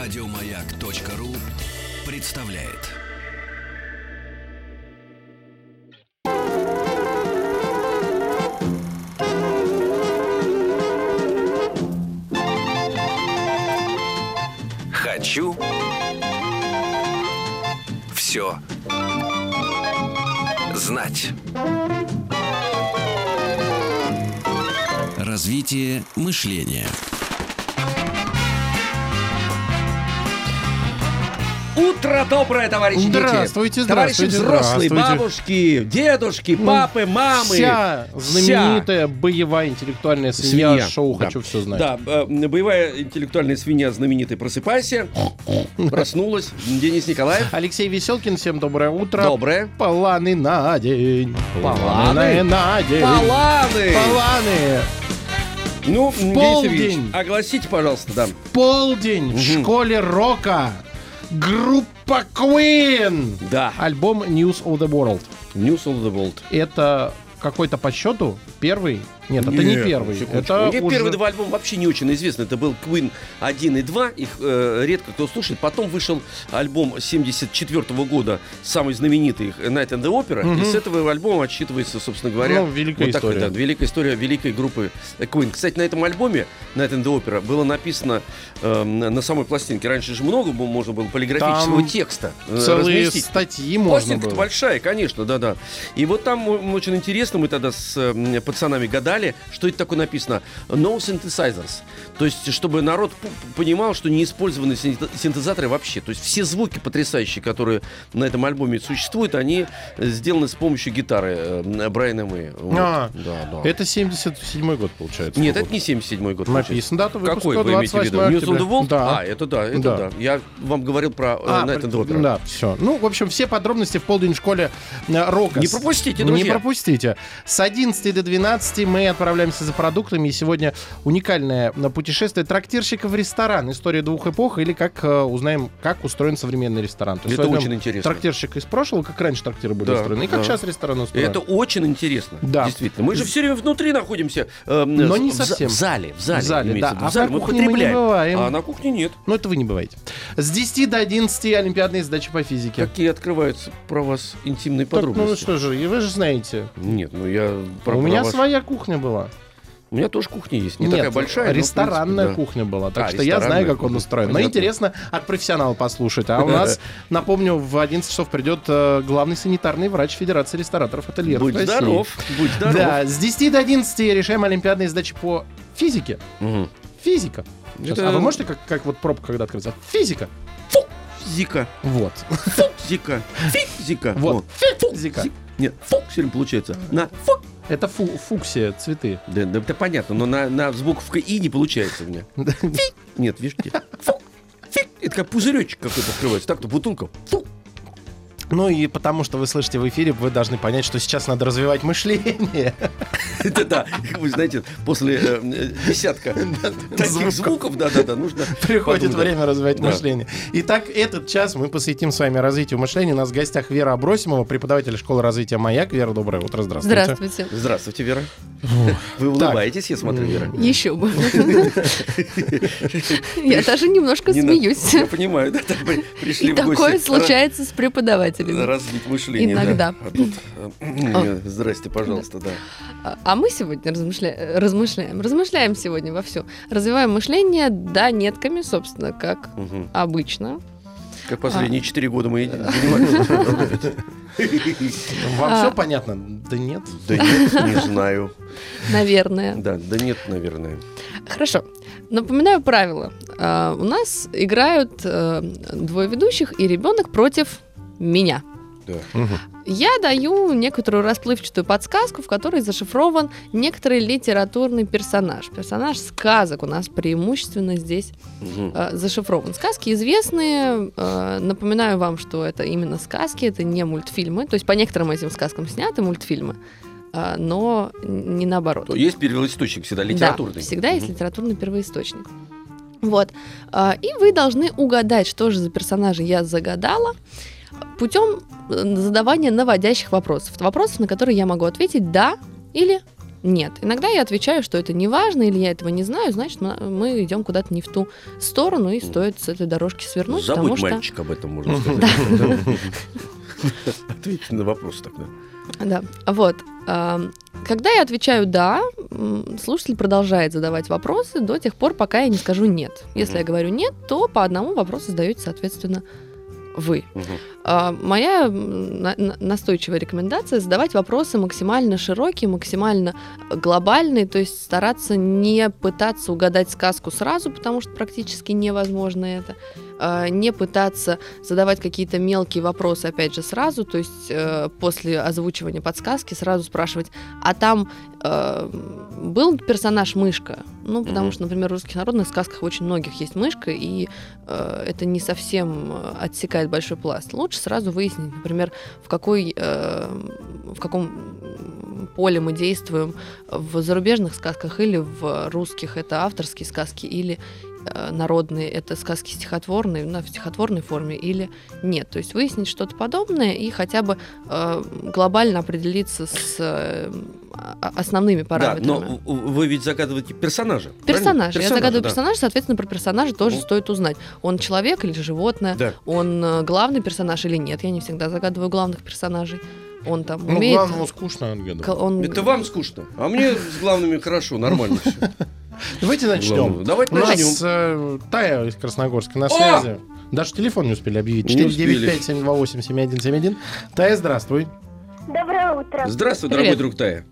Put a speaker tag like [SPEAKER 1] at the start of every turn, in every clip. [SPEAKER 1] Радиомаяк.ру представляет. Хочу все знать. Развитие мышления.
[SPEAKER 2] Утро доброе, товарищи дети.
[SPEAKER 3] Здравствуйте,
[SPEAKER 2] Товарищи
[SPEAKER 3] здравствуйте,
[SPEAKER 2] взрослые,
[SPEAKER 3] здравствуйте. Ну,
[SPEAKER 2] бабушки, дедушки, папы, мамы.
[SPEAKER 3] Вся
[SPEAKER 2] Вся.
[SPEAKER 3] знаменитая боевая интеллектуальная свинья,
[SPEAKER 2] Свинья.
[SPEAKER 3] шоу
[SPEAKER 2] Да.
[SPEAKER 3] «Хочу все знать».
[SPEAKER 2] Да, э, боевая интеллектуальная свинья знаменитый «Просыпайся». Проснулась. Денис Николаев.
[SPEAKER 3] Алексей Веселкин, всем доброе утро.
[SPEAKER 2] Доброе.
[SPEAKER 3] Планы на день.
[SPEAKER 2] Планы?
[SPEAKER 3] на день.
[SPEAKER 2] Паланы.
[SPEAKER 3] Планы.
[SPEAKER 2] Ну, Денис
[SPEAKER 3] Полдень.
[SPEAKER 2] Ильич, огласите, пожалуйста, да.
[SPEAKER 3] Полдень в школе рока. Группа Queen.
[SPEAKER 2] Да.
[SPEAKER 3] Альбом News of the World.
[SPEAKER 2] News of the World.
[SPEAKER 3] Это какой-то по счету первый? Нет, это не
[SPEAKER 2] Нет,
[SPEAKER 3] первый.
[SPEAKER 2] секундочку.
[SPEAKER 3] Это
[SPEAKER 2] Мне
[SPEAKER 3] уже-
[SPEAKER 2] первые два альбома вообще не очень известны. Это был Queen 1 и 2, их э, редко кто слушает. Потом вышел альбом 74 года, самый знаменитый их, Night and the Opera. И с этого альбома отсчитывается, собственно говоря,
[SPEAKER 3] Ну, великая
[SPEAKER 2] вот такой,
[SPEAKER 3] история.
[SPEAKER 2] да, великая история великой группы Queen. Кстати, на этом альбоме Night and the Opera было написано э, на на самой пластинке. Раньше же много было- можно было полиграфического
[SPEAKER 3] Там
[SPEAKER 2] текста э,
[SPEAKER 3] Целые
[SPEAKER 2] разместить.
[SPEAKER 3] статьи можно
[SPEAKER 2] Пластинка-то
[SPEAKER 3] было.
[SPEAKER 2] большая, конечно, да-да. И вот там м, очень интересно, мы тогда с э, м, пацанами гадали, что это такое написано. No synthesizers. То есть, чтобы народ п- понимал, что не использованы синт- синтезаторы вообще. То есть, все звуки потрясающие, которые на этом альбоме существуют, они э, сделаны с помощью гитары э, м, Брайана Мэя. Вот.
[SPEAKER 3] А,
[SPEAKER 2] Да, да.
[SPEAKER 3] Это 77-й год, получается.
[SPEAKER 2] Нет,
[SPEAKER 3] Вот.
[SPEAKER 2] это не 77 год. получается.
[SPEAKER 3] Написано дата выпуска
[SPEAKER 2] Какой вы имеете в виду?
[SPEAKER 3] 28 октября.
[SPEAKER 2] News on the World?
[SPEAKER 3] Да.
[SPEAKER 2] А, это да, это да.
[SPEAKER 3] Да.
[SPEAKER 2] Я вам говорил про э,
[SPEAKER 3] А,
[SPEAKER 2] Night and Opera.
[SPEAKER 3] Да, все. Ну, в общем, все подробности в полдень в школе э, рока.
[SPEAKER 2] Не пропустите,
[SPEAKER 3] Не
[SPEAKER 2] друзья.
[SPEAKER 3] пропустите. С 11 до 12 мы отправляемся за продуктами. И сегодня уникальное э, путешествие трактирщиков в ресторан. История двух эпох или как э, узнаем, как устроен современный ресторан. То
[SPEAKER 2] Это
[SPEAKER 3] возьмем
[SPEAKER 2] очень интересно.
[SPEAKER 3] Трактирщик из прошлого, как раньше трактиры были
[SPEAKER 2] Да,
[SPEAKER 3] устроены, и как
[SPEAKER 2] да.
[SPEAKER 3] сейчас ресторан устроен.
[SPEAKER 2] Это очень интересно.
[SPEAKER 3] Да.
[SPEAKER 2] Действительно. Мы же все время внутри находимся. э, м,
[SPEAKER 3] Но
[SPEAKER 2] в-
[SPEAKER 3] не
[SPEAKER 2] в-
[SPEAKER 3] совсем.
[SPEAKER 2] В зале. В зале.
[SPEAKER 3] В зале,
[SPEAKER 2] имеется
[SPEAKER 3] да.
[SPEAKER 2] в виду.
[SPEAKER 3] А
[SPEAKER 2] В зале
[SPEAKER 3] на
[SPEAKER 2] мы
[SPEAKER 3] кухне мы не
[SPEAKER 2] потребляем.
[SPEAKER 3] бываем.
[SPEAKER 2] А на кухне нет.
[SPEAKER 3] Но это вы не бываете. С 10 до 11 олимпиадные задачи по физике.
[SPEAKER 2] Какие открываются про вас интимные
[SPEAKER 3] Так, ну
[SPEAKER 2] подробности?
[SPEAKER 3] что же, и вы же знаете.
[SPEAKER 2] Нет, ну я про
[SPEAKER 3] у
[SPEAKER 2] про
[SPEAKER 3] меня
[SPEAKER 2] вас-
[SPEAKER 3] своя кухня была.
[SPEAKER 2] У меня тоже кухня есть. Не
[SPEAKER 3] Нет,
[SPEAKER 2] такая большая.
[SPEAKER 3] ну,
[SPEAKER 2] но, в принципе,
[SPEAKER 3] ресторанная
[SPEAKER 2] да.
[SPEAKER 3] кухня была. Так
[SPEAKER 2] А,
[SPEAKER 3] что я
[SPEAKER 2] ресторанная
[SPEAKER 3] знаю, как он
[SPEAKER 2] кухня.
[SPEAKER 3] устроен. Но
[SPEAKER 2] Понятно.
[SPEAKER 3] интересно от профессионала послушать. А у нас, напомню, в 11 часов придет э, главный санитарный врач Федерации рестораторов ательеров
[SPEAKER 2] Будь
[SPEAKER 3] России.
[SPEAKER 2] здоров. Будь здоров.
[SPEAKER 3] Да, с 10 до 11 решаем олимпиадные задачи по физике.
[SPEAKER 2] Мгм.
[SPEAKER 3] Физика. Сейчас,
[SPEAKER 2] Это-
[SPEAKER 3] А вы можете, как, как вот пробка когда открыться? Физика.
[SPEAKER 2] Физика.
[SPEAKER 3] Вот.
[SPEAKER 2] Физика. Физика.
[SPEAKER 3] Вот.
[SPEAKER 2] О.
[SPEAKER 3] Физика.
[SPEAKER 2] Фи- Нет, фок все время получается. На фок.
[SPEAKER 3] Это фу фуксия, цветы.
[SPEAKER 2] Да, да, это понятно, но на, на с буковкой И не получается у меня. Нет, видите? Фу. Фи. Это как пузыречек какой-то открывается. Так-то бутылка. Фу.
[SPEAKER 3] Ну и потому, что вы слышите в эфире, вы должны понять, что сейчас надо развивать мышление.
[SPEAKER 2] Это да. Вы знаете, после э, э, десятка таких звуков, да-да-да, нужно...
[SPEAKER 3] Приходит
[SPEAKER 2] подумать.
[SPEAKER 3] время развивать
[SPEAKER 2] Да.
[SPEAKER 3] мышление. Итак, этот час мы посвятим с вами развитию мышления. У нас в гостях Вера Абросимова, преподаватель школы развития «Маяк». Вера, доброе утро, здравствуйте.
[SPEAKER 4] Здравствуйте.
[SPEAKER 2] Здравствуйте, Вера. Вы улыбаетесь, я смотрю, Вера.
[SPEAKER 4] Еще бы. Я даже немножко
[SPEAKER 2] Не надо.
[SPEAKER 4] смеюсь.
[SPEAKER 2] Я понимаю, да, так при- пришли
[SPEAKER 4] И
[SPEAKER 2] в гости.
[SPEAKER 4] такое
[SPEAKER 2] Раз-
[SPEAKER 4] случается с преподавателями.
[SPEAKER 2] Разбить мышление.
[SPEAKER 4] Иногда.
[SPEAKER 2] да. А тут, э, Здрасте, пожалуйста, да.
[SPEAKER 4] А а мы сегодня размышля- размышляем. Размышляем сегодня вовсю. Развиваем мышление да нетками, собственно, как
[SPEAKER 2] Мгм.
[SPEAKER 4] обычно.
[SPEAKER 2] Как
[SPEAKER 4] А.
[SPEAKER 2] последние четыре года мы занимаемся.
[SPEAKER 3] Вам
[SPEAKER 4] А.
[SPEAKER 3] все понятно? Да нет.
[SPEAKER 2] Да нет, не знаю.
[SPEAKER 4] Наверное.
[SPEAKER 2] Да, да нет, наверное.
[SPEAKER 4] Хорошо. Напоминаю правила. А, У нас играют э, двое ведущих и ребенок против меня.
[SPEAKER 2] Да.
[SPEAKER 4] Я даю некоторую расплывчатую подсказку, в которой зашифрован некоторый литературный персонаж. Персонаж сказок у нас преимущественно здесь
[SPEAKER 2] Мгм.
[SPEAKER 4] э, зашифрован. Сказки известные. э, напоминаю вам, что это именно сказки, это не мультфильмы. То есть по некоторым этим сказкам сняты мультфильмы, э, но не наоборот.
[SPEAKER 2] То Есть первоисточник всегда литературный.
[SPEAKER 4] Да, всегда есть
[SPEAKER 2] Мгм.
[SPEAKER 4] литературный первоисточник. Вот. А, И вы должны угадать, что же за персонажи я загадала, путем э, задавания наводящих вопросов. Вопросов, на которые я могу ответить «да» или Нет. Иногда я отвечаю, что это не важно, или я этого не знаю, значит, мы- мы идем куда-то не в ту сторону, и стоит с этой дорожки свернуть, потому
[SPEAKER 2] Забудь,
[SPEAKER 4] что...
[SPEAKER 2] мальчик, об этом можно сказать. Ответьте на вопрос тогда.
[SPEAKER 4] Да, вот. ам, Когда я отвечаю «да», м, слушатель продолжает задавать вопросы до тех пор, пока я не скажу «нет». Если я говорю «нет», то по одному вопросу задаете, соответственно, вы.
[SPEAKER 2] Мгм.
[SPEAKER 4] А, Моя м, на- на- настойчивая рекомендация задавать вопросы максимально широкие, максимально глобальные, то есть стараться не пытаться угадать сказку сразу, потому что практически невозможно это, А, не пытаться задавать какие-то мелкие вопросы, опять же, сразу, то есть э, после озвучивания подсказки сразу спрашивать, а там э, был персонаж мышка? Ну, потому
[SPEAKER 2] Мгм.
[SPEAKER 4] что, например, в русских народных сказках очень многих есть мышка, и э, это не совсем э, отсекает большой пласт. Лучше сразу выяснить, например, в, какой, э, в каком м, поле мы действуем в зарубежных сказках или в русских это авторские сказки или э, народные это сказки стихотворные на в стихотворной форме или нет то есть выяснить что-то подобное и хотя бы э, глобально определиться с э, а- основными
[SPEAKER 2] Да,
[SPEAKER 4] параметрами
[SPEAKER 2] но в- в- вы ведь загадываете персонажа. правильно?
[SPEAKER 4] Персонаж. Я загадываю
[SPEAKER 2] да.
[SPEAKER 4] персонажа, соответственно, про персонажа тоже
[SPEAKER 2] Ну.
[SPEAKER 4] стоит узнать. Он человек или животное,
[SPEAKER 2] Да.
[SPEAKER 4] он э, главный персонаж или нет. Я не всегда загадываю главных персонажей. Он там
[SPEAKER 3] Ну,
[SPEAKER 4] умеет.
[SPEAKER 3] главному скучно, я думаю.
[SPEAKER 4] к- он-
[SPEAKER 2] Это вам скучно, а мне с главными хорошо, нормально все.
[SPEAKER 3] Давайте начнем.
[SPEAKER 2] Давайте
[SPEAKER 3] У
[SPEAKER 2] начнем.
[SPEAKER 3] нас э, Тая из Красногорска на
[SPEAKER 2] О!
[SPEAKER 3] связи. Даже телефон не успели объявить.
[SPEAKER 2] Не успели.
[SPEAKER 3] 495-728-7171. Тая, здравствуй.
[SPEAKER 5] Доброе утро.
[SPEAKER 2] Здравствуй,
[SPEAKER 4] Привет.
[SPEAKER 2] дорогой друг Тая.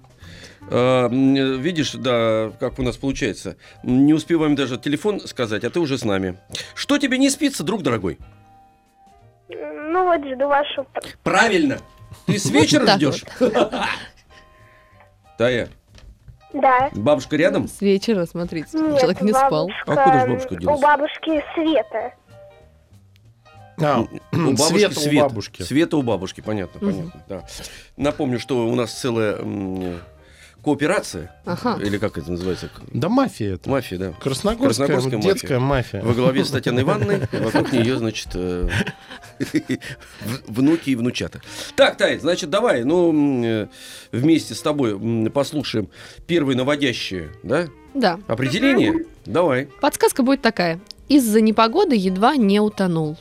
[SPEAKER 2] А, м, Видишь, да, как у нас получается. М, Не успеваем даже телефон сказать, а ты уже с нами. Что тебе не спится, друг дорогой?
[SPEAKER 5] Ну вот жду вашу... п-
[SPEAKER 2] Правильно. Ты с вечера
[SPEAKER 4] так
[SPEAKER 2] ждешь? Тая,
[SPEAKER 5] Да.
[SPEAKER 2] бабушка рядом?
[SPEAKER 4] С вечера, смотрите,
[SPEAKER 5] Нет,
[SPEAKER 4] человек не спал.
[SPEAKER 5] бабушка-
[SPEAKER 2] Откуда ж А бабушка делась?
[SPEAKER 5] У бабушки Света.
[SPEAKER 3] А, Света у
[SPEAKER 2] Свет.
[SPEAKER 3] бабушки.
[SPEAKER 2] Света у бабушки, понятно,
[SPEAKER 4] Мгм.
[SPEAKER 2] понятно. да. Напомню, что у нас целая м, кооперация,
[SPEAKER 4] Ага.
[SPEAKER 2] или как это называется,
[SPEAKER 3] Да мафия это.
[SPEAKER 2] мафия, да.
[SPEAKER 3] Красногорская,
[SPEAKER 2] Красногорская мафия.
[SPEAKER 3] детская мафия.
[SPEAKER 2] Во главе с Татьяной Ивановной, вокруг нее, значит, э, в- внуки и внучата. Так, Тай, значит, давай, ну, м, э, вместе с тобой м, послушаем первые наводящие, да,
[SPEAKER 4] Да.
[SPEAKER 2] определения. Давай.
[SPEAKER 4] Подсказка будет такая. Из-за непогоды едва не утонул.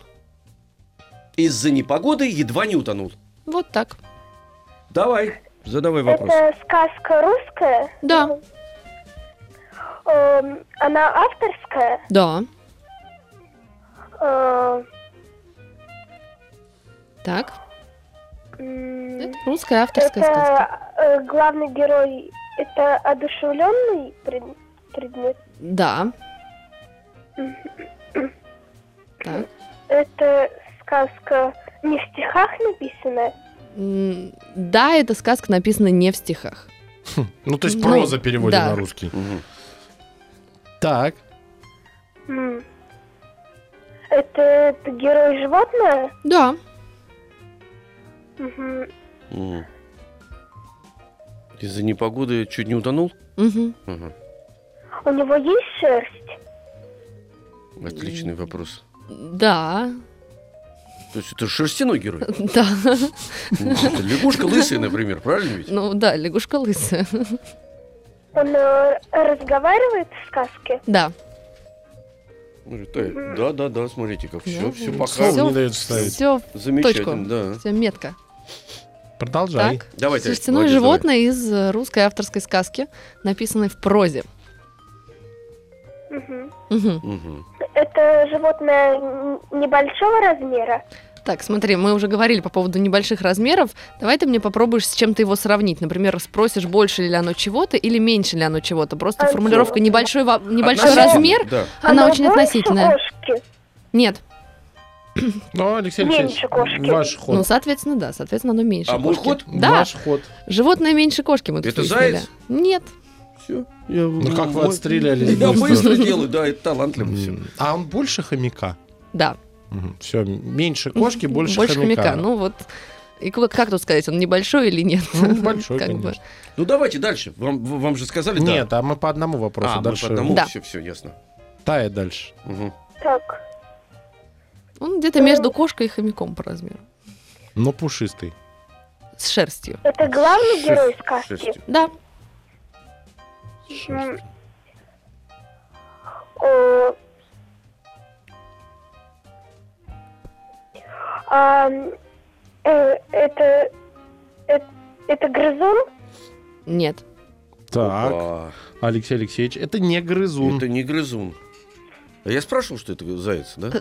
[SPEAKER 2] Из-за непогоды едва не утонул.
[SPEAKER 4] Вот так.
[SPEAKER 2] Давай, задавай вопрос.
[SPEAKER 5] Это сказка русская.
[SPEAKER 4] Да.
[SPEAKER 5] Эм, Она авторская.
[SPEAKER 4] Да.
[SPEAKER 5] Э,
[SPEAKER 4] Так.
[SPEAKER 5] м,
[SPEAKER 4] Это русская авторская сказка.
[SPEAKER 5] Это э, главный герой. Это одушевленный пред- предмет.
[SPEAKER 4] Да. Так.
[SPEAKER 5] Это сказка не в стихах написана.
[SPEAKER 4] М, Да, эта сказка написана не в стихах.
[SPEAKER 3] Ну, то есть
[SPEAKER 4] Ну,
[SPEAKER 3] проза переводим
[SPEAKER 4] да.
[SPEAKER 3] на русский.
[SPEAKER 2] Мгм.
[SPEAKER 3] Так.
[SPEAKER 5] М. Это, это герой животное.
[SPEAKER 4] Да.
[SPEAKER 5] Мгм.
[SPEAKER 2] Мгм. Из-за непогоды чуть не утонул?
[SPEAKER 4] Мгм.
[SPEAKER 2] Ага.
[SPEAKER 5] У него есть шерсть.
[SPEAKER 2] Отличный вопрос.
[SPEAKER 4] Да,
[SPEAKER 2] То есть это шерстяной герой.
[SPEAKER 4] да.
[SPEAKER 2] Ну, это Лягушка лысая, например, правильно ведь?
[SPEAKER 4] Ну да, лягушка лысая.
[SPEAKER 5] Он э, разговаривает в сказке.
[SPEAKER 4] Да.
[SPEAKER 2] Говорит, «Эй, Да, да, да, смотрите, как все,
[SPEAKER 4] Да,
[SPEAKER 2] все
[SPEAKER 4] да.
[SPEAKER 2] пока.
[SPEAKER 3] Слово
[SPEAKER 4] Всё.
[SPEAKER 3] не дает вставить.
[SPEAKER 4] Все,
[SPEAKER 2] Замечательно,
[SPEAKER 4] Точку.
[SPEAKER 2] да.
[SPEAKER 4] все метко.
[SPEAKER 3] Продолжай.
[SPEAKER 4] Так.
[SPEAKER 2] Давай, Тань,
[SPEAKER 4] Шерстяное
[SPEAKER 2] молодец,
[SPEAKER 4] животное из э, русской авторской сказки, написанной в прозе.
[SPEAKER 5] Мгм.
[SPEAKER 4] Мгм.
[SPEAKER 2] давай. Мгм.
[SPEAKER 5] Это животное н- небольшого размера.
[SPEAKER 4] Так, смотри, мы уже говорили по поводу небольших размеров. Давай ты мне попробуешь с чем-то его сравнить. Например, спросишь, больше ли оно чего-то или меньше ли оно чего-то. Просто
[SPEAKER 5] А,
[SPEAKER 4] формулировка
[SPEAKER 5] всё.
[SPEAKER 4] небольшой, во- небольшой
[SPEAKER 2] Относительно,
[SPEAKER 4] размер,
[SPEAKER 2] Да.
[SPEAKER 4] она
[SPEAKER 5] Оно
[SPEAKER 4] очень
[SPEAKER 5] больше
[SPEAKER 4] относительная.
[SPEAKER 5] кошки.
[SPEAKER 4] Нет.
[SPEAKER 3] Ну, Алексей
[SPEAKER 5] Меньше
[SPEAKER 3] Алексеевич,
[SPEAKER 5] кошки.
[SPEAKER 3] ваш
[SPEAKER 4] Ну,
[SPEAKER 3] ход.
[SPEAKER 4] соответственно, да. Соответственно, оно меньше.
[SPEAKER 2] А мой
[SPEAKER 4] кошки.
[SPEAKER 2] ход?
[SPEAKER 4] Да.
[SPEAKER 3] Ваш ход.
[SPEAKER 4] Животное меньше кошки, мы тут
[SPEAKER 2] Это
[SPEAKER 4] выяснили.
[SPEAKER 2] заяц?
[SPEAKER 4] Нет.
[SPEAKER 2] Все. Ну,
[SPEAKER 3] как вы отстреляли
[SPEAKER 2] Я
[SPEAKER 3] быстро.
[SPEAKER 2] быстро делаю, да, это талантливо все.
[SPEAKER 3] М, А он больше хомяка?
[SPEAKER 4] Да.
[SPEAKER 3] Все, меньше кошки, больше,
[SPEAKER 4] хомяка. Ну вот. И ку- как тут сказать, он небольшой или нет?
[SPEAKER 3] Ну, большой,
[SPEAKER 4] Как бы.
[SPEAKER 3] конечно.
[SPEAKER 2] Ну, давайте дальше. Вам, в- вам же сказали, да?
[SPEAKER 3] Нет, а мы по одному вопросу.
[SPEAKER 2] а, мы
[SPEAKER 3] дальше.
[SPEAKER 2] потому
[SPEAKER 4] Да.
[SPEAKER 2] все, все, ясно.
[SPEAKER 3] Тая дальше.
[SPEAKER 2] Мгм.
[SPEAKER 5] Так.
[SPEAKER 4] Он где-то между кошкой и хомяком по размеру.
[SPEAKER 3] Но пушистый.
[SPEAKER 4] С шерстью.
[SPEAKER 5] Это главный
[SPEAKER 2] Шерсть-
[SPEAKER 5] герой сказки.
[SPEAKER 2] шерстью.
[SPEAKER 4] Да.
[SPEAKER 5] М, э, а, м, э, это, это, это грызун?
[SPEAKER 4] Нет.
[SPEAKER 3] Так,
[SPEAKER 2] Опа.
[SPEAKER 3] Алексей Алексеевич, это не грызун.
[SPEAKER 2] А, Это не грызун. А Я спрашивал, что это заяц, да?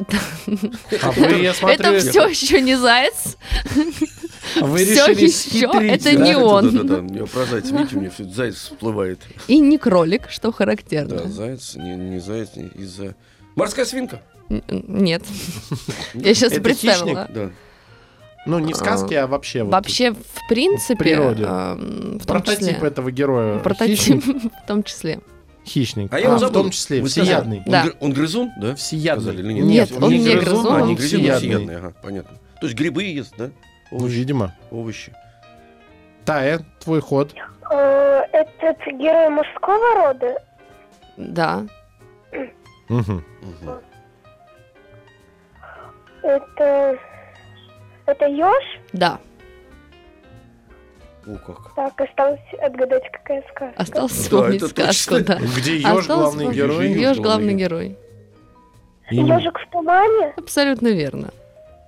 [SPEAKER 3] А вы, я смотрю,
[SPEAKER 4] это все еще не заяц.
[SPEAKER 3] вы
[SPEAKER 4] всё
[SPEAKER 3] решили
[SPEAKER 4] ещё,
[SPEAKER 3] схитрить,
[SPEAKER 4] это
[SPEAKER 3] да?
[SPEAKER 4] не
[SPEAKER 2] Да,
[SPEAKER 4] он.
[SPEAKER 2] Да, да, да. Я Про зайца, видите, у меня все заяц всплывает.
[SPEAKER 4] И не кролик, что характерно.
[SPEAKER 2] Да, заяц, не, не заяц, не из-за... Морская свинка.
[SPEAKER 4] Н- Нет. Я сейчас
[SPEAKER 3] Это
[SPEAKER 4] представила.
[SPEAKER 2] Да.
[SPEAKER 3] Ну, не в сказке, а вообще. вот.
[SPEAKER 4] Вообще, в принципе,
[SPEAKER 3] природе.
[SPEAKER 4] эм, в том
[SPEAKER 3] Прототип
[SPEAKER 4] числе.
[SPEAKER 3] этого героя.
[SPEAKER 4] Прототип
[SPEAKER 3] Хищник.
[SPEAKER 4] в том числе.
[SPEAKER 3] Хищник.
[SPEAKER 2] А я его
[SPEAKER 3] в
[SPEAKER 2] забыл.
[SPEAKER 3] том числе
[SPEAKER 2] Вы сказали.
[SPEAKER 3] всеядный.
[SPEAKER 2] Он,
[SPEAKER 4] Да.
[SPEAKER 2] гры- он грызун, да? Сказали
[SPEAKER 3] Всеядный.
[SPEAKER 2] или нет?
[SPEAKER 4] Нет, он не грызун,
[SPEAKER 2] А,
[SPEAKER 4] он
[SPEAKER 2] не грызун, а
[SPEAKER 3] всеядный.
[SPEAKER 2] всеядный, ага, понятно. То есть грибы ест, да?
[SPEAKER 3] Ну, видимо.
[SPEAKER 2] Овощи.
[SPEAKER 3] Тая, твой ход.
[SPEAKER 5] Э, Этот герой мужского рода?
[SPEAKER 4] Да.
[SPEAKER 3] Мгм.
[SPEAKER 2] Мгм.
[SPEAKER 5] Это... Это еж?
[SPEAKER 4] Да.
[SPEAKER 2] О, как.
[SPEAKER 5] Так, осталось отгадать, какая сказка.
[SPEAKER 4] Осталось
[SPEAKER 2] Да,
[SPEAKER 4] вспомнить
[SPEAKER 2] это
[SPEAKER 4] сказку,
[SPEAKER 2] точно.
[SPEAKER 4] да.
[SPEAKER 3] Где еж
[SPEAKER 4] Осталось
[SPEAKER 3] главный
[SPEAKER 4] вспомнить.
[SPEAKER 3] герой?
[SPEAKER 2] Ёж
[SPEAKER 4] Ёж
[SPEAKER 2] главный
[SPEAKER 4] главный герой.
[SPEAKER 5] Ежик в тумане?
[SPEAKER 4] Абсолютно верно.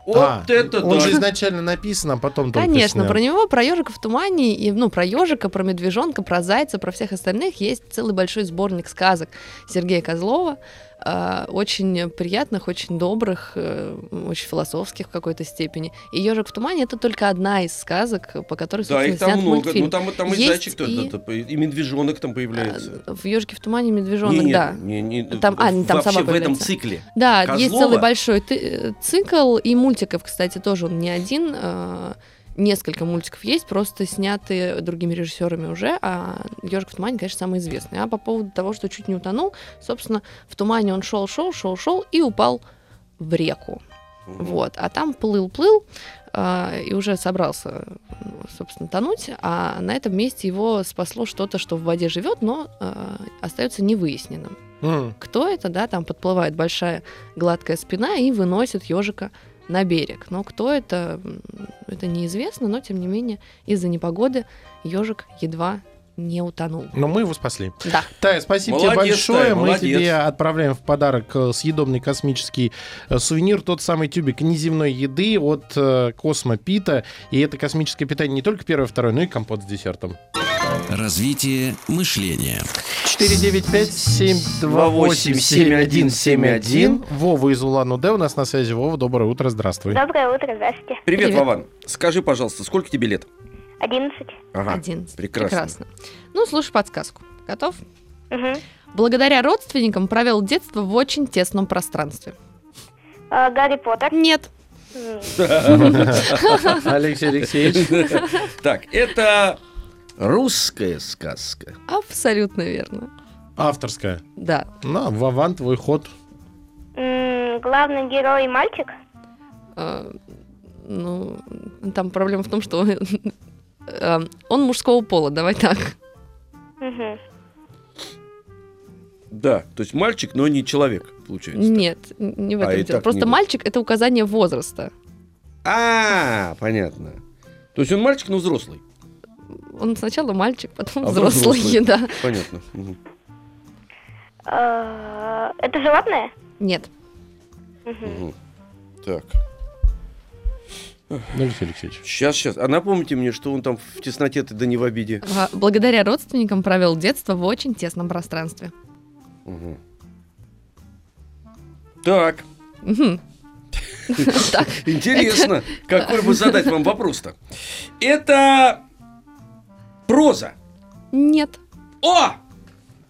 [SPEAKER 2] Вот
[SPEAKER 3] А,
[SPEAKER 2] это
[SPEAKER 3] Он
[SPEAKER 2] да.
[SPEAKER 3] же изначально написан, а
[SPEAKER 2] Ну,
[SPEAKER 3] потом только
[SPEAKER 4] Конечно,
[SPEAKER 3] снял.
[SPEAKER 4] про него, про ежика в тумане, и, ну, про ежика, про медвежонка, про зайца, про всех остальных есть целый большой сборник сказок Сергея Козлова. э, Очень приятных, очень добрых, э, очень философских в какой-то степени. И ежик в тумане это только одна из сказок, по которой,
[SPEAKER 2] Да,
[SPEAKER 4] собственно,
[SPEAKER 2] их там
[SPEAKER 4] снят
[SPEAKER 2] много.
[SPEAKER 4] мультфильм.
[SPEAKER 2] Ну, там, там и
[SPEAKER 4] Есть
[SPEAKER 2] зайчик тоже,
[SPEAKER 4] и-
[SPEAKER 2] да, да, и медвежонок там появляется.
[SPEAKER 4] Э, В ежике в тумане медвежонок,
[SPEAKER 2] Не-не,
[SPEAKER 4] да.
[SPEAKER 2] не-не,
[SPEAKER 4] Там- а, не, там
[SPEAKER 2] вообще
[SPEAKER 4] сова
[SPEAKER 2] в этом
[SPEAKER 4] появляется.
[SPEAKER 2] цикле.
[SPEAKER 4] Да,
[SPEAKER 2] Козлова.
[SPEAKER 4] есть целый большой ты- э, цикл и мультиков, кстати, тоже он не один. э, Несколько мультиков есть, просто сняты другими режиссерами уже, а «Ежик в тумане», конечно, самый известный. А по поводу того, что чуть не утонул, собственно, в тумане он шел, шел, шел, шел и упал в реку.
[SPEAKER 2] Мгм.
[SPEAKER 4] Вот, а там плыл-плыл а, и уже собрался, ну, собственно, тонуть, а на этом месте его спасло что-то, что в воде живет, но а, остается невыясненным
[SPEAKER 3] М.
[SPEAKER 4] кто это, да, там подплывает большая гладкая спина и выносит ежика на берег. Но кто это, м, это неизвестно, но тем не менее из-за непогоды ежик едва не утонул.
[SPEAKER 3] Но мы его спасли.
[SPEAKER 4] Да.
[SPEAKER 3] Тая, спасибо тебе
[SPEAKER 2] Молодец,
[SPEAKER 3] большое.
[SPEAKER 2] Тая,
[SPEAKER 3] мы
[SPEAKER 2] молодец.
[SPEAKER 3] тебе отправляем в подарок э, съедобный космический э, сувенир, тот самый тюбик неземной еды от э, Космопита. И это космическое питание не только первое, второе, но и компот с десертом.
[SPEAKER 1] Развитие мышления.
[SPEAKER 3] 495-728-7171. Вова из Улан-Удэ у нас на связи. Вова, доброе утро, здравствуй.
[SPEAKER 5] Доброе утро, здравствуйте.
[SPEAKER 2] Привет,
[SPEAKER 4] Привет.
[SPEAKER 2] Вован. Скажи, пожалуйста, сколько тебе лет?
[SPEAKER 5] Одиннадцать.
[SPEAKER 2] Ага.
[SPEAKER 4] Один.
[SPEAKER 2] А, прекрасно.
[SPEAKER 4] Ну, слушай подсказку. Готов?
[SPEAKER 5] Угу.
[SPEAKER 4] Благодаря родственникам провел детство в очень тесном пространстве.
[SPEAKER 5] А, Гарри Поттер.
[SPEAKER 4] Нет.
[SPEAKER 5] М,
[SPEAKER 3] Алексей Алексеевич.
[SPEAKER 2] Так, это русская сказка.
[SPEAKER 4] Абсолютно верно.
[SPEAKER 3] Авторская.
[SPEAKER 4] Да.
[SPEAKER 3] На, Вован, твой ход.
[SPEAKER 5] м, Главный герой мальчик?
[SPEAKER 4] Э, Ну, там проблема в том, что э, он мужского пола, давай так.
[SPEAKER 5] Угу.
[SPEAKER 2] Да, то есть мальчик, но не человек, получается.
[SPEAKER 4] Нет, н- не в
[SPEAKER 2] А,
[SPEAKER 4] этом
[SPEAKER 2] и
[SPEAKER 4] дело.
[SPEAKER 2] так
[SPEAKER 4] Просто
[SPEAKER 2] не будет.
[SPEAKER 4] мальчик это указание возраста.
[SPEAKER 2] А, понятно. То есть он мальчик, но взрослый.
[SPEAKER 4] Он сначала мальчик, потом
[SPEAKER 2] А потом
[SPEAKER 4] взрослый,
[SPEAKER 2] взрослый.
[SPEAKER 4] да.
[SPEAKER 2] Понятно. Мгм.
[SPEAKER 5] А, Это животное?
[SPEAKER 4] Нет,
[SPEAKER 5] Мгм.
[SPEAKER 2] Мгм. Так.
[SPEAKER 3] Алексей Алексеевич.
[SPEAKER 2] Сейчас, сейчас. А напомните мне, что он там в тесноте да не в обиде.
[SPEAKER 4] А, благодаря родственникам провел детство в очень тесном пространстве.
[SPEAKER 2] Мгм. Так,
[SPEAKER 4] Мгм. Так,
[SPEAKER 2] интересно, какой бы задать вам вопрос-то. Это проза.
[SPEAKER 4] нет,
[SPEAKER 2] О!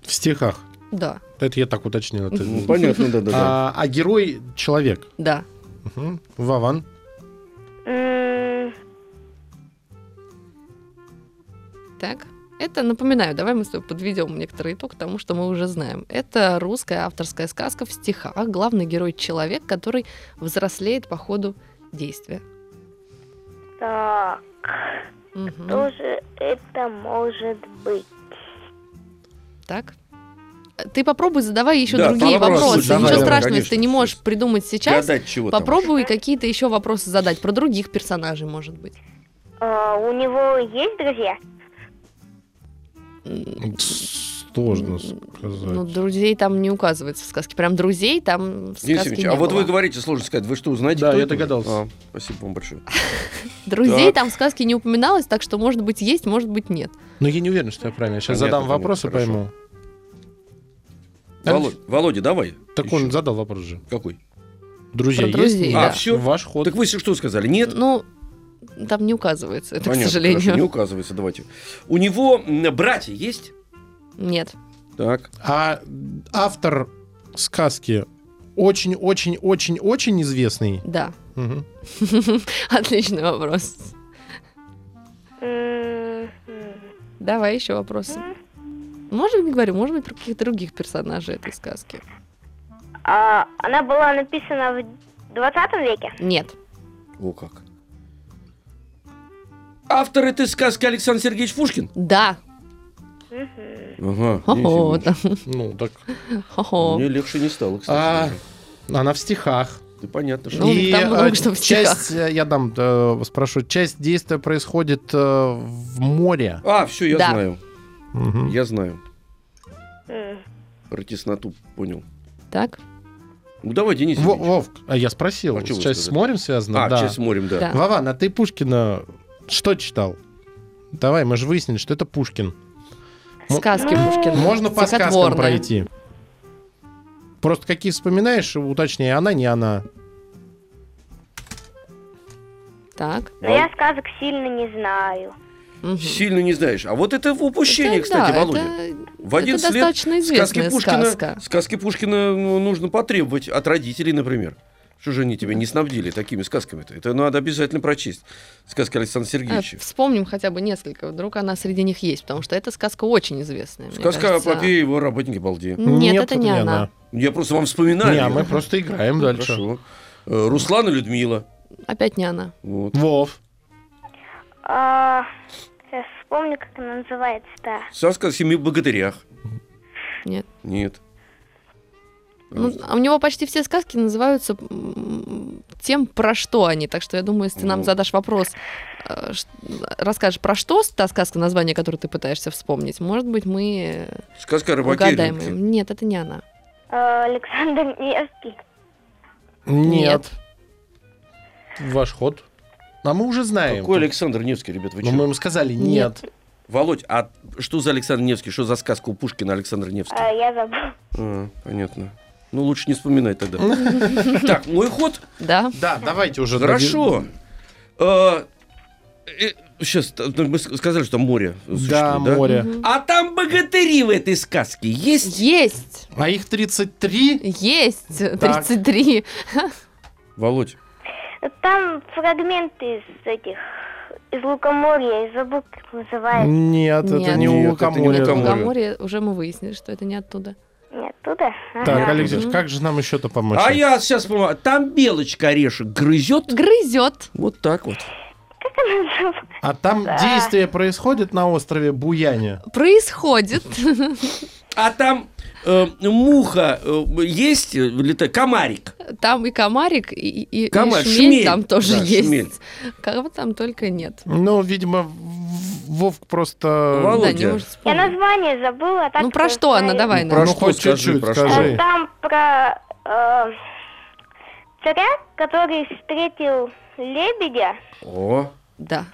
[SPEAKER 3] В стихах.
[SPEAKER 4] да,
[SPEAKER 3] Это я так уточнил. это-
[SPEAKER 2] Ну, понятно, да, да, да.
[SPEAKER 3] А, а герой человек.
[SPEAKER 4] да.
[SPEAKER 3] Мгм. Вован.
[SPEAKER 5] М,
[SPEAKER 4] Так, это, напоминаю, давай мы с тобой подведем некоторый итог тому, что мы уже знаем. Это русская авторская сказка в стихах. Главный герой — человек, который взрослеет по ходу действия.
[SPEAKER 5] Так,
[SPEAKER 4] Мгм.
[SPEAKER 5] кто же это может быть?
[SPEAKER 4] Так. Ты попробуй задавай еще
[SPEAKER 2] Да,
[SPEAKER 4] другие
[SPEAKER 2] попробуй,
[SPEAKER 4] вопросы.
[SPEAKER 3] давай,
[SPEAKER 4] Ничего
[SPEAKER 3] да,
[SPEAKER 4] страшного, если
[SPEAKER 2] конечно,
[SPEAKER 4] ты не можешь
[SPEAKER 2] сейчас.
[SPEAKER 4] придумать сейчас.
[SPEAKER 2] Гадать чего там.
[SPEAKER 4] Попробуй какие-то еще вопросы задать про других персонажей, может быть.
[SPEAKER 5] А, У него есть друзья?
[SPEAKER 4] М,
[SPEAKER 3] Тс, Сложно сказать.
[SPEAKER 4] Ну, друзей там не указывается в сказке. Прям друзей там
[SPEAKER 2] Денис
[SPEAKER 4] в сказке
[SPEAKER 2] Евгеньевич,
[SPEAKER 4] не
[SPEAKER 2] а вот
[SPEAKER 4] было.
[SPEAKER 2] вы говорите, сложно сказать, вы что, знаете,
[SPEAKER 3] Да,
[SPEAKER 2] кто
[SPEAKER 3] я
[SPEAKER 2] это?
[SPEAKER 3] догадался.
[SPEAKER 2] А, спасибо вам большое.
[SPEAKER 4] Друзей
[SPEAKER 2] Так.
[SPEAKER 4] там в сказке не упоминалось, так что, может быть, есть, может быть, нет.
[SPEAKER 3] Но ну, я не уверен, что я правильно. Я сейчас
[SPEAKER 2] Понятно,
[SPEAKER 3] задам вопрос и
[SPEAKER 2] понятно,
[SPEAKER 3] пойму.
[SPEAKER 2] Володь- Володя, давай.
[SPEAKER 3] Так
[SPEAKER 2] Еще.
[SPEAKER 3] он задал вопрос же.
[SPEAKER 2] Какой?
[SPEAKER 3] Друзья
[SPEAKER 4] Про
[SPEAKER 3] есть?
[SPEAKER 4] друзей,
[SPEAKER 2] А,
[SPEAKER 4] да.
[SPEAKER 2] все?
[SPEAKER 3] Ваш ход.
[SPEAKER 2] Так вы что сказали? Нет?
[SPEAKER 4] Ну, там не указывается, это,
[SPEAKER 2] Понятно,
[SPEAKER 4] к сожалению.
[SPEAKER 2] хорошо, не указывается, давайте. У него м, братья есть?
[SPEAKER 4] Нет.
[SPEAKER 2] Так.
[SPEAKER 3] А автор сказки очень-очень-очень-очень известный.
[SPEAKER 4] Да.
[SPEAKER 3] Мгм.
[SPEAKER 4] Отличный вопрос.
[SPEAKER 5] М,
[SPEAKER 4] Давай еще вопросы. Может, не говорю, может быть, про каких-то других персонажей этой сказки.
[SPEAKER 5] А она была написана в 20 веке?
[SPEAKER 4] Нет.
[SPEAKER 2] О как. Автор этой сказки Александр Сергеевич Пушкин?
[SPEAKER 4] Да.
[SPEAKER 2] Ага.
[SPEAKER 4] Хо-хо,
[SPEAKER 2] Денис Евгеньевич.
[SPEAKER 3] Ну, так.
[SPEAKER 4] хо-хо.
[SPEAKER 2] Мне легче не стало, кстати.
[SPEAKER 3] А.
[SPEAKER 2] говоря.
[SPEAKER 3] Она в стихах.
[SPEAKER 2] Ты понятно, что...
[SPEAKER 4] Ну, там много
[SPEAKER 3] э,
[SPEAKER 4] что в
[SPEAKER 3] часть, э, я дам, э, спрошу, часть действия происходит э, в море.
[SPEAKER 2] А, все, я
[SPEAKER 4] Да.
[SPEAKER 2] знаю.
[SPEAKER 3] Мгм.
[SPEAKER 2] Я знаю.
[SPEAKER 5] М.
[SPEAKER 2] Про тесноту понял.
[SPEAKER 4] Так?
[SPEAKER 2] Ну давай, Денис.
[SPEAKER 3] Во-
[SPEAKER 2] Евгеньевич.
[SPEAKER 3] Вовк, а я спросил,
[SPEAKER 2] А чё вы
[SPEAKER 3] часть с
[SPEAKER 2] сказали?
[SPEAKER 3] морем связана?
[SPEAKER 2] а,
[SPEAKER 3] да.
[SPEAKER 2] сейчас смотрим, да.
[SPEAKER 4] Да.
[SPEAKER 3] Вован, а ты Пушкина что читал? Давай, мы же выяснили, что это Пушкин. Мо-
[SPEAKER 4] Сказки Пушкина.
[SPEAKER 3] Можно по сказкам
[SPEAKER 4] Стихотворные.
[SPEAKER 3] пройти. Просто какие вспоминаешь, уточняй, она не она.
[SPEAKER 4] Так.
[SPEAKER 5] Но я сказок сильно не знаю.
[SPEAKER 4] мгм.
[SPEAKER 2] Сильно не знаешь. А вот это упущение,
[SPEAKER 4] Это
[SPEAKER 2] кстати,
[SPEAKER 4] да,
[SPEAKER 2] Володя.
[SPEAKER 4] это-
[SPEAKER 2] В 11 лет
[SPEAKER 4] достаточно известная
[SPEAKER 2] сказки Пушкина,
[SPEAKER 4] сказка.
[SPEAKER 2] сказки Пушкина ну, нужно потребовать от родителей, например. Что же они тебя не снабдили такими сказками-то? Это надо обязательно прочесть. Сказки Александра
[SPEAKER 4] А,
[SPEAKER 2] Сергеевича.
[SPEAKER 4] Вспомним хотя бы несколько, вдруг она среди них есть, потому что эта сказка очень известная. мне
[SPEAKER 2] Сказка о
[SPEAKER 4] кажется.
[SPEAKER 2] попе и его работнике балде.
[SPEAKER 4] Нет, это не она.
[SPEAKER 2] Я просто вам вспоминаю.
[SPEAKER 3] Не, а мы просто играем дальше.
[SPEAKER 2] ну, Хорошо. Э, Руслан и Людмила.
[SPEAKER 4] Опять не она.
[SPEAKER 2] Вот.
[SPEAKER 3] Вов.
[SPEAKER 5] А, сейчас вспомню, как она называется-то.
[SPEAKER 2] Сказка о семи богатырях.
[SPEAKER 4] Нет.
[SPEAKER 2] Нет.
[SPEAKER 4] Ну, а у него почти все сказки называются м, тем, про что они. Так что я думаю, если ты нам
[SPEAKER 2] Ну.
[SPEAKER 4] задашь вопрос, э, ш- расскажешь, про что с- та сказка, название которой ты пытаешься вспомнить, может быть, мы э,
[SPEAKER 2] Сказка о рыбаке и
[SPEAKER 4] угадаем.
[SPEAKER 2] рыбке.
[SPEAKER 4] им. Нет, это не она.
[SPEAKER 5] А, Александр Невский.
[SPEAKER 3] Нет. Ваш ход. А мы уже знаем.
[SPEAKER 2] Какой Александр Невский, ребят, вы
[SPEAKER 3] Но
[SPEAKER 2] чё?
[SPEAKER 3] Ну, мы им сказали нет.
[SPEAKER 2] Володь, а что за Александр Невский? Что за сказка у Пушкина Александр Невский?
[SPEAKER 5] А, я забыл.
[SPEAKER 2] А, понятно. Ну, лучше не вспоминать тогда. Так, мой ход.
[SPEAKER 4] Да?
[SPEAKER 3] Да, давайте уже.
[SPEAKER 2] Хорошо. Сейчас, мы с- сказали, что там море существует,
[SPEAKER 3] Ну, Да, море.
[SPEAKER 4] Мгм.
[SPEAKER 2] А там богатыри в этой сказке есть?
[SPEAKER 4] Есть!
[SPEAKER 3] А их 33?
[SPEAKER 4] Есть!
[SPEAKER 3] Так.
[SPEAKER 4] 33.
[SPEAKER 2] Володь.
[SPEAKER 5] Там фрагменты из этих, из Лукоморья, из забыл, как называется.
[SPEAKER 3] Нет, это
[SPEAKER 4] Нет.
[SPEAKER 3] не
[SPEAKER 2] Нет,
[SPEAKER 3] у
[SPEAKER 2] это не
[SPEAKER 3] Лукоморья.
[SPEAKER 2] Лукоморье.
[SPEAKER 4] Лукоморье уже мы выяснили, что это не оттуда.
[SPEAKER 5] Не оттуда?
[SPEAKER 3] Так,
[SPEAKER 5] Ага.
[SPEAKER 3] Олег Зич,
[SPEAKER 4] Мгм.
[SPEAKER 3] как же нам еще-то помочь?
[SPEAKER 2] А я сейчас понимаю, там белочка орешек грызет.
[SPEAKER 4] Грызет.
[SPEAKER 2] Вот так вот.
[SPEAKER 5] Как она называется?
[SPEAKER 3] А там действие происходит на острове Буяне.
[SPEAKER 4] Происходит.
[SPEAKER 2] А там э, муха э, есть, э, лета- комарик.
[SPEAKER 4] Там и комарик, и, и- и
[SPEAKER 2] Комар-
[SPEAKER 4] шмель,
[SPEAKER 2] шмель.
[SPEAKER 4] там тоже
[SPEAKER 2] Да,
[SPEAKER 4] есть.
[SPEAKER 2] шмель.
[SPEAKER 4] Кого там только нет.
[SPEAKER 3] Ну, видимо, В- Вовк просто...
[SPEAKER 2] Володя.
[SPEAKER 4] Да, не может
[SPEAKER 5] Я
[SPEAKER 4] вспомнить.
[SPEAKER 5] название забыла, а так...
[SPEAKER 4] Ну про
[SPEAKER 5] я
[SPEAKER 4] что она?
[SPEAKER 5] знаю.
[SPEAKER 4] Давай
[SPEAKER 2] Про
[SPEAKER 4] нам.
[SPEAKER 3] Ну,
[SPEAKER 2] что
[SPEAKER 3] хоть
[SPEAKER 2] скажи,
[SPEAKER 3] чуть-чуть
[SPEAKER 2] про
[SPEAKER 5] А
[SPEAKER 2] что?
[SPEAKER 3] скажи.
[SPEAKER 5] Там про э, царя, который встретил лебедя,
[SPEAKER 2] О,
[SPEAKER 4] Да.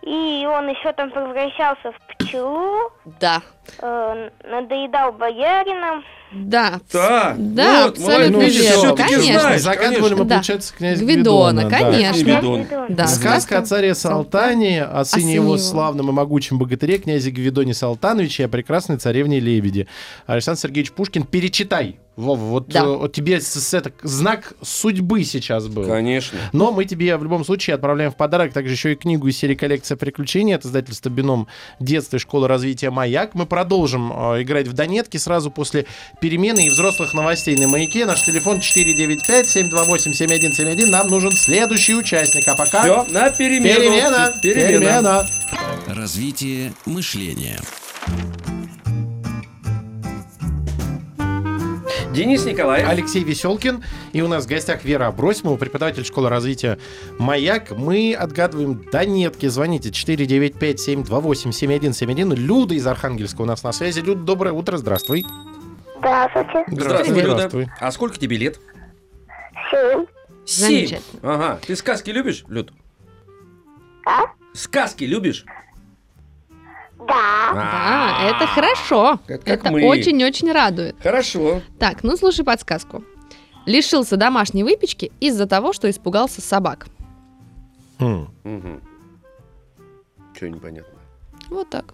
[SPEAKER 5] и он еще там превращался в пчелу,
[SPEAKER 4] Да.
[SPEAKER 5] э, надоедал боярином.
[SPEAKER 4] Да.
[SPEAKER 2] да.
[SPEAKER 4] Да,
[SPEAKER 2] Вот,
[SPEAKER 4] абсолютно
[SPEAKER 2] молодец,
[SPEAKER 3] всё,
[SPEAKER 4] верно.
[SPEAKER 2] всё-таки
[SPEAKER 4] Конечно.
[SPEAKER 2] знаешь,
[SPEAKER 3] Загадывали мы,
[SPEAKER 4] Да.
[SPEAKER 3] получается, князь
[SPEAKER 4] Гвидона,
[SPEAKER 3] Гвидона, да.
[SPEAKER 4] конечно.
[SPEAKER 2] Гвидон.
[SPEAKER 4] Да, А
[SPEAKER 3] Сказка о царе Салтане, о а сыне
[SPEAKER 4] сыне
[SPEAKER 3] его
[SPEAKER 4] его.
[SPEAKER 3] славном и могучем богатыре, князе Гвидоне Салтановиче и о прекрасной царевне Лебеди. Александр Сергеевич Пушкин, перечитай. Вова, вот,
[SPEAKER 4] Да.
[SPEAKER 3] э, вот тебе с, с это- знак судьбы сейчас был.
[SPEAKER 2] Конечно.
[SPEAKER 3] Но мы тебе в любом случае отправляем в подарок также еще и книгу из серии «Коллекция приключений» от издательства «Бином. Детство и школа развития «Маяк». Мы продолжим э, играть в «Донетки» сразу после перемены и взрослых новостей на «Маяке». Наш телефон 495-728-7171. Нам нужен следующий участник. А пока...
[SPEAKER 2] Все, на перемену.
[SPEAKER 3] Перемена!
[SPEAKER 2] перемена.
[SPEAKER 3] Перемена!
[SPEAKER 1] Развитие мышления.
[SPEAKER 2] Денис Николаев.
[SPEAKER 3] Алексей Веселкин. И у нас в гостях Вера Абросимова, преподаватель школы развития «Маяк». Мы отгадываем донетки. Звоните 495-728-7171. Люда из Архангельска у нас на связи. Люда, доброе утро. Здравствуй.
[SPEAKER 5] Здравствуйте.
[SPEAKER 2] Здравствуй, Люда.
[SPEAKER 3] Здравствуй.
[SPEAKER 2] А сколько тебе лет?
[SPEAKER 5] Семь.
[SPEAKER 2] Семь.
[SPEAKER 4] Замечательно.
[SPEAKER 2] Ага. Ты сказки любишь, Люд?
[SPEAKER 5] А?
[SPEAKER 2] Сказки любишь? А.
[SPEAKER 5] Да.
[SPEAKER 4] Да, А, это хорошо.
[SPEAKER 2] Как- как
[SPEAKER 4] Это
[SPEAKER 2] мы.
[SPEAKER 4] очень-очень радует.
[SPEAKER 2] Хорошо.
[SPEAKER 4] Так, ну слушай подсказку. Лишился домашней выпечки из-за того, что испугался собак.
[SPEAKER 3] М.
[SPEAKER 2] Угу. Чего непонятно.
[SPEAKER 4] Вот так.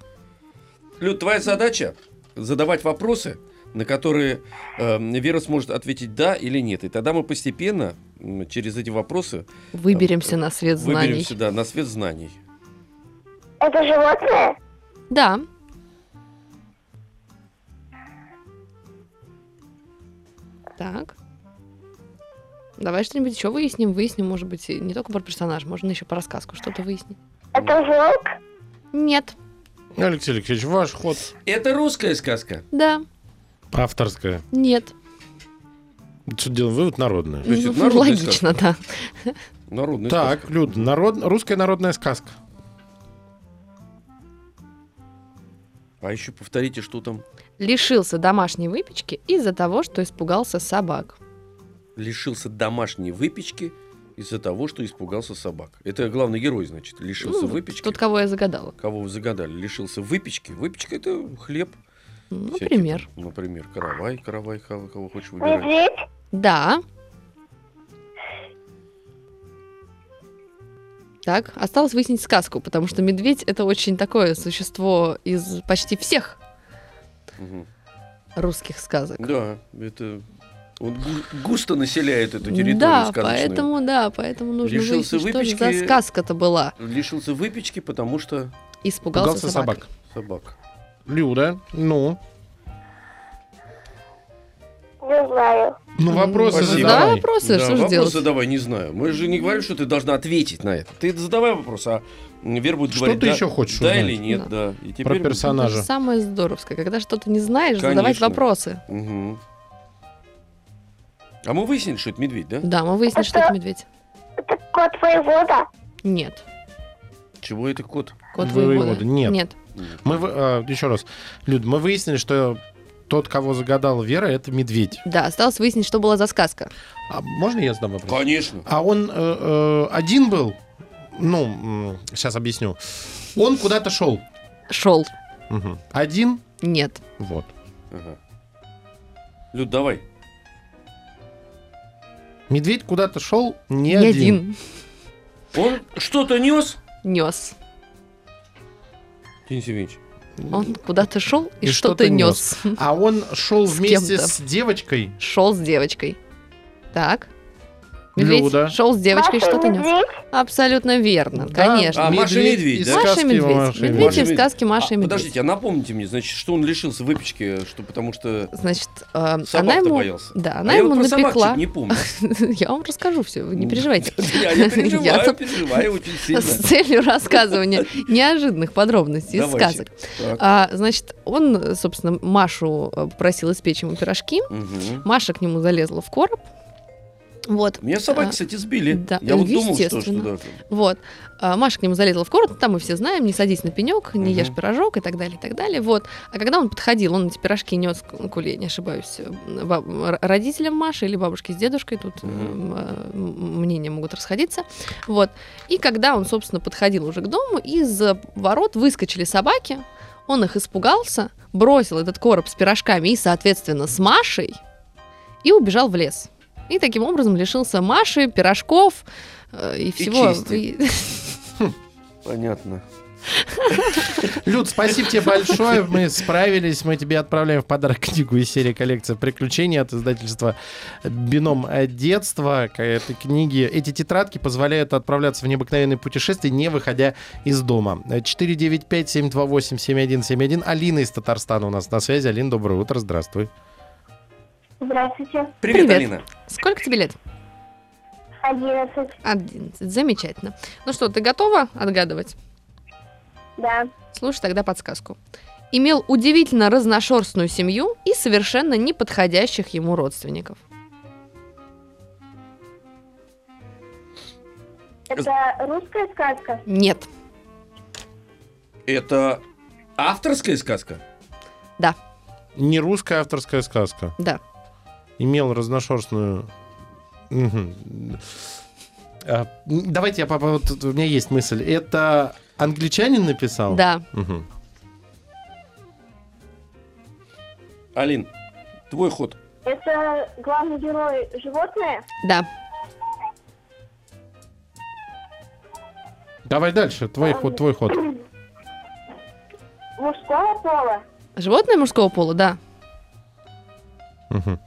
[SPEAKER 2] Люд, твоя задача задавать вопросы, на которые э, Вера сможет ответить да или нет. И тогда мы постепенно м, через эти вопросы
[SPEAKER 4] Выберемся на свет знаний.
[SPEAKER 2] выберемся да, на свет знаний.
[SPEAKER 5] Это животное?
[SPEAKER 4] Да. Так. Давай что-нибудь еще выясним. Выясним, может быть, и не только про персонаж, можно еще по рассказку что-то выяснить.
[SPEAKER 5] Это волк?
[SPEAKER 4] Нет.
[SPEAKER 3] Алексей Алексеевич, ваш ход.
[SPEAKER 2] Это русская сказка.
[SPEAKER 4] Да.
[SPEAKER 3] Авторская.
[SPEAKER 4] Нет.
[SPEAKER 3] Что делаем? Вывод народная.
[SPEAKER 2] То есть
[SPEAKER 4] Ну,
[SPEAKER 2] это народная
[SPEAKER 4] логично, да.
[SPEAKER 2] Народная
[SPEAKER 3] Так,
[SPEAKER 2] сказка.
[SPEAKER 3] Люд, народ... русская народная сказка.
[SPEAKER 2] А еще повторите, что там
[SPEAKER 4] Лишился домашней выпечки из-за того, что испугался собак.
[SPEAKER 2] лишился домашней выпечки из-за того, что испугался собак. Это главный герой, значит, лишился
[SPEAKER 4] Ну, вот
[SPEAKER 2] выпечки.
[SPEAKER 4] Тот, кого я загадала.
[SPEAKER 2] Кого вы загадали? Лишился выпечки. Выпечка это хлеб.
[SPEAKER 4] Ну,
[SPEAKER 2] всякий
[SPEAKER 4] Например.
[SPEAKER 2] там. Например, каравай, каравай, кого, кого хочешь выбирать.
[SPEAKER 5] Медведь?
[SPEAKER 4] Да. Так, осталось выяснить сказку, потому что медведь это очень такое существо из почти всех
[SPEAKER 2] Мгм.
[SPEAKER 4] русских сказок.
[SPEAKER 2] Да, это он гу- густо населяет эту территорию
[SPEAKER 4] да,
[SPEAKER 2] сказочную.
[SPEAKER 4] поэтому, да, поэтому нужно
[SPEAKER 2] Лишился
[SPEAKER 4] выяснить, что же
[SPEAKER 2] выпечки.
[SPEAKER 4] за сказка-то была.
[SPEAKER 2] Лишился выпечки, потому что
[SPEAKER 4] Испугался, собак.
[SPEAKER 2] собак.
[SPEAKER 3] Люда, ну.
[SPEAKER 5] Не знаю.
[SPEAKER 3] Ну, вопросы
[SPEAKER 4] М,
[SPEAKER 2] Спасибо.
[SPEAKER 4] Да,
[SPEAKER 3] задавай.
[SPEAKER 4] вопросы,
[SPEAKER 2] Да,
[SPEAKER 4] что же
[SPEAKER 2] вопросы
[SPEAKER 4] делать?
[SPEAKER 2] давай, не знаю. Мы же не говорим, что ты должна ответить на это. Ты задавай вопрос, а Вер будет
[SPEAKER 3] Что
[SPEAKER 2] говорить,
[SPEAKER 3] ты
[SPEAKER 2] да-
[SPEAKER 3] еще хочешь
[SPEAKER 2] Да
[SPEAKER 3] узнать?
[SPEAKER 2] или нет, да. И
[SPEAKER 3] Про
[SPEAKER 2] теперь-
[SPEAKER 4] Это же
[SPEAKER 3] персонажа.
[SPEAKER 4] самое здоровское, когда что-то не знаешь, задавать
[SPEAKER 2] Конечно.
[SPEAKER 4] вопросы.
[SPEAKER 2] Мгм. А мы выяснили, что это медведь, да?
[SPEAKER 4] Да, мы выяснили, что это медведь.
[SPEAKER 5] Это кот воевода?
[SPEAKER 4] Нет.
[SPEAKER 2] Чего это кот?
[SPEAKER 4] Кот
[SPEAKER 3] Воевода.
[SPEAKER 4] воевода.
[SPEAKER 3] Нет.
[SPEAKER 4] Нет.
[SPEAKER 3] Мы, вы- а, еще раз. Люд, мы выяснили, что тот, кого загадала Вера, это медведь.
[SPEAKER 4] Да, осталось выяснить, что была за сказка.
[SPEAKER 3] А можно я задам вопрос?
[SPEAKER 2] Конечно.
[SPEAKER 3] А он э, э, один был? Ну, сейчас объясню. Он куда-то шел.
[SPEAKER 4] Шел.
[SPEAKER 3] Мгм. Один?
[SPEAKER 4] Нет.
[SPEAKER 3] Вот.
[SPEAKER 2] Ага. Люд, давай.
[SPEAKER 3] Медведь куда-то шел не,
[SPEAKER 4] Ни
[SPEAKER 3] один.
[SPEAKER 4] один.
[SPEAKER 2] Он что-то нес?
[SPEAKER 4] Нес.
[SPEAKER 2] Денис Евгеньевич.
[SPEAKER 4] Он куда-то шел и,
[SPEAKER 3] И
[SPEAKER 4] что-то
[SPEAKER 3] что-то
[SPEAKER 4] нес.
[SPEAKER 3] А он шел
[SPEAKER 4] С
[SPEAKER 3] вместе
[SPEAKER 4] кем-то.
[SPEAKER 3] с девочкой.
[SPEAKER 4] Шел с девочкой. Так. Медведь
[SPEAKER 3] Люда.
[SPEAKER 4] шел с девочкой и
[SPEAKER 5] Маша и
[SPEAKER 4] что-то нес.
[SPEAKER 5] нес.
[SPEAKER 4] Маша и Медведь? Абсолютно верно,
[SPEAKER 3] Да,
[SPEAKER 4] конечно.
[SPEAKER 2] А, Маша и Медведь,
[SPEAKER 3] из
[SPEAKER 2] да?
[SPEAKER 4] Маша и
[SPEAKER 3] сказки
[SPEAKER 4] медведь.
[SPEAKER 3] Маша и
[SPEAKER 4] Медведь
[SPEAKER 3] Медведь.
[SPEAKER 4] и в сказке Маша и
[SPEAKER 2] А,
[SPEAKER 4] медведь.
[SPEAKER 2] подождите, а напомните мне, значит, что он лишился выпечки, что потому что
[SPEAKER 4] Значит, э, она
[SPEAKER 2] собак-то
[SPEAKER 4] ему...
[SPEAKER 2] боялся.
[SPEAKER 4] Да,
[SPEAKER 2] а
[SPEAKER 4] она
[SPEAKER 2] я
[SPEAKER 4] ему
[SPEAKER 2] вот про собак
[SPEAKER 4] напекла.
[SPEAKER 2] чуть не помню.
[SPEAKER 4] Я вам расскажу все, вы не переживайте.
[SPEAKER 2] Я не
[SPEAKER 4] Я
[SPEAKER 2] переживаю,
[SPEAKER 4] тут-
[SPEAKER 2] переживаю очень
[SPEAKER 4] С
[SPEAKER 2] сильно.
[SPEAKER 4] целью рассказывания неожиданных подробностей из
[SPEAKER 2] Давайте.
[SPEAKER 4] сказок.
[SPEAKER 2] Так.
[SPEAKER 4] А, значит, он, собственно, Машу э, просил испечь ему пирожки.
[SPEAKER 2] Мгм.
[SPEAKER 4] Маша к нему залезла в короб. Вот,
[SPEAKER 2] Меня собаки,
[SPEAKER 4] А,
[SPEAKER 2] кстати, сбили.
[SPEAKER 4] да,
[SPEAKER 2] Я вот думал, что- что...
[SPEAKER 4] естественно.
[SPEAKER 2] да.
[SPEAKER 4] вот. А Маша к нему залезла в короб, ну, там мы все знаем, не садись на пенек,
[SPEAKER 2] Мгм.
[SPEAKER 4] не ешь пирожок и так далее, и так далее. Вот. А когда он подходил, он эти пирожки нес, к- к, я не ошибаюсь, баб- р- родителям Маши или бабушке с дедушкой, тут э,
[SPEAKER 2] Мгм.
[SPEAKER 4] м- м- мнения могут расходиться. Вот. И когда он, собственно, подходил уже к дому, из э, ворот выскочили собаки, он их испугался, бросил этот короб с пирожками и, соответственно, с Машей, и убежал в лес. И таким образом лишился Маши, пирожков э, и всего.
[SPEAKER 2] чести.
[SPEAKER 4] И-
[SPEAKER 2] Понятно.
[SPEAKER 3] Люд, спасибо тебе большое. Мы справились. Мы тебе отправляем в подарок книгу из серии коллекция приключений от издательства Бином э, детства. К этой книге эти тетрадки позволяют отправляться в необыкновенные путешествия, не выходя из дома. Э, 495-728-7171. Алина из Татарстана у нас на связи. Алина, доброе утро. Здравствуй.
[SPEAKER 5] Здравствуйте.
[SPEAKER 2] Привет,
[SPEAKER 4] Привет.
[SPEAKER 2] Алина.
[SPEAKER 4] Сколько тебе лет?
[SPEAKER 5] Одиннадцать.
[SPEAKER 4] 11. Замечательно. Ну что, ты готова отгадывать?
[SPEAKER 5] Да.
[SPEAKER 4] Слушай тогда подсказку. имел удивительно разношерстную семью и совершенно неподходящих ему родственников.
[SPEAKER 5] Это русская сказка?
[SPEAKER 4] Нет,
[SPEAKER 2] Это авторская сказка?
[SPEAKER 3] Не русская авторская сказка.
[SPEAKER 4] да.
[SPEAKER 3] Имел разношерстную... Мгм. А, м, Давайте я попробую... вот тут У меня есть мысль. Это англичанин написал?
[SPEAKER 4] Да.
[SPEAKER 3] Мгм.
[SPEAKER 2] Алин, твой ход.
[SPEAKER 5] Это главный герой животное?
[SPEAKER 4] Да.
[SPEAKER 3] Давай дальше. Твой ход, твой ход.
[SPEAKER 5] Мужского пола?
[SPEAKER 4] Животное мужского пола, да.
[SPEAKER 3] Мгм.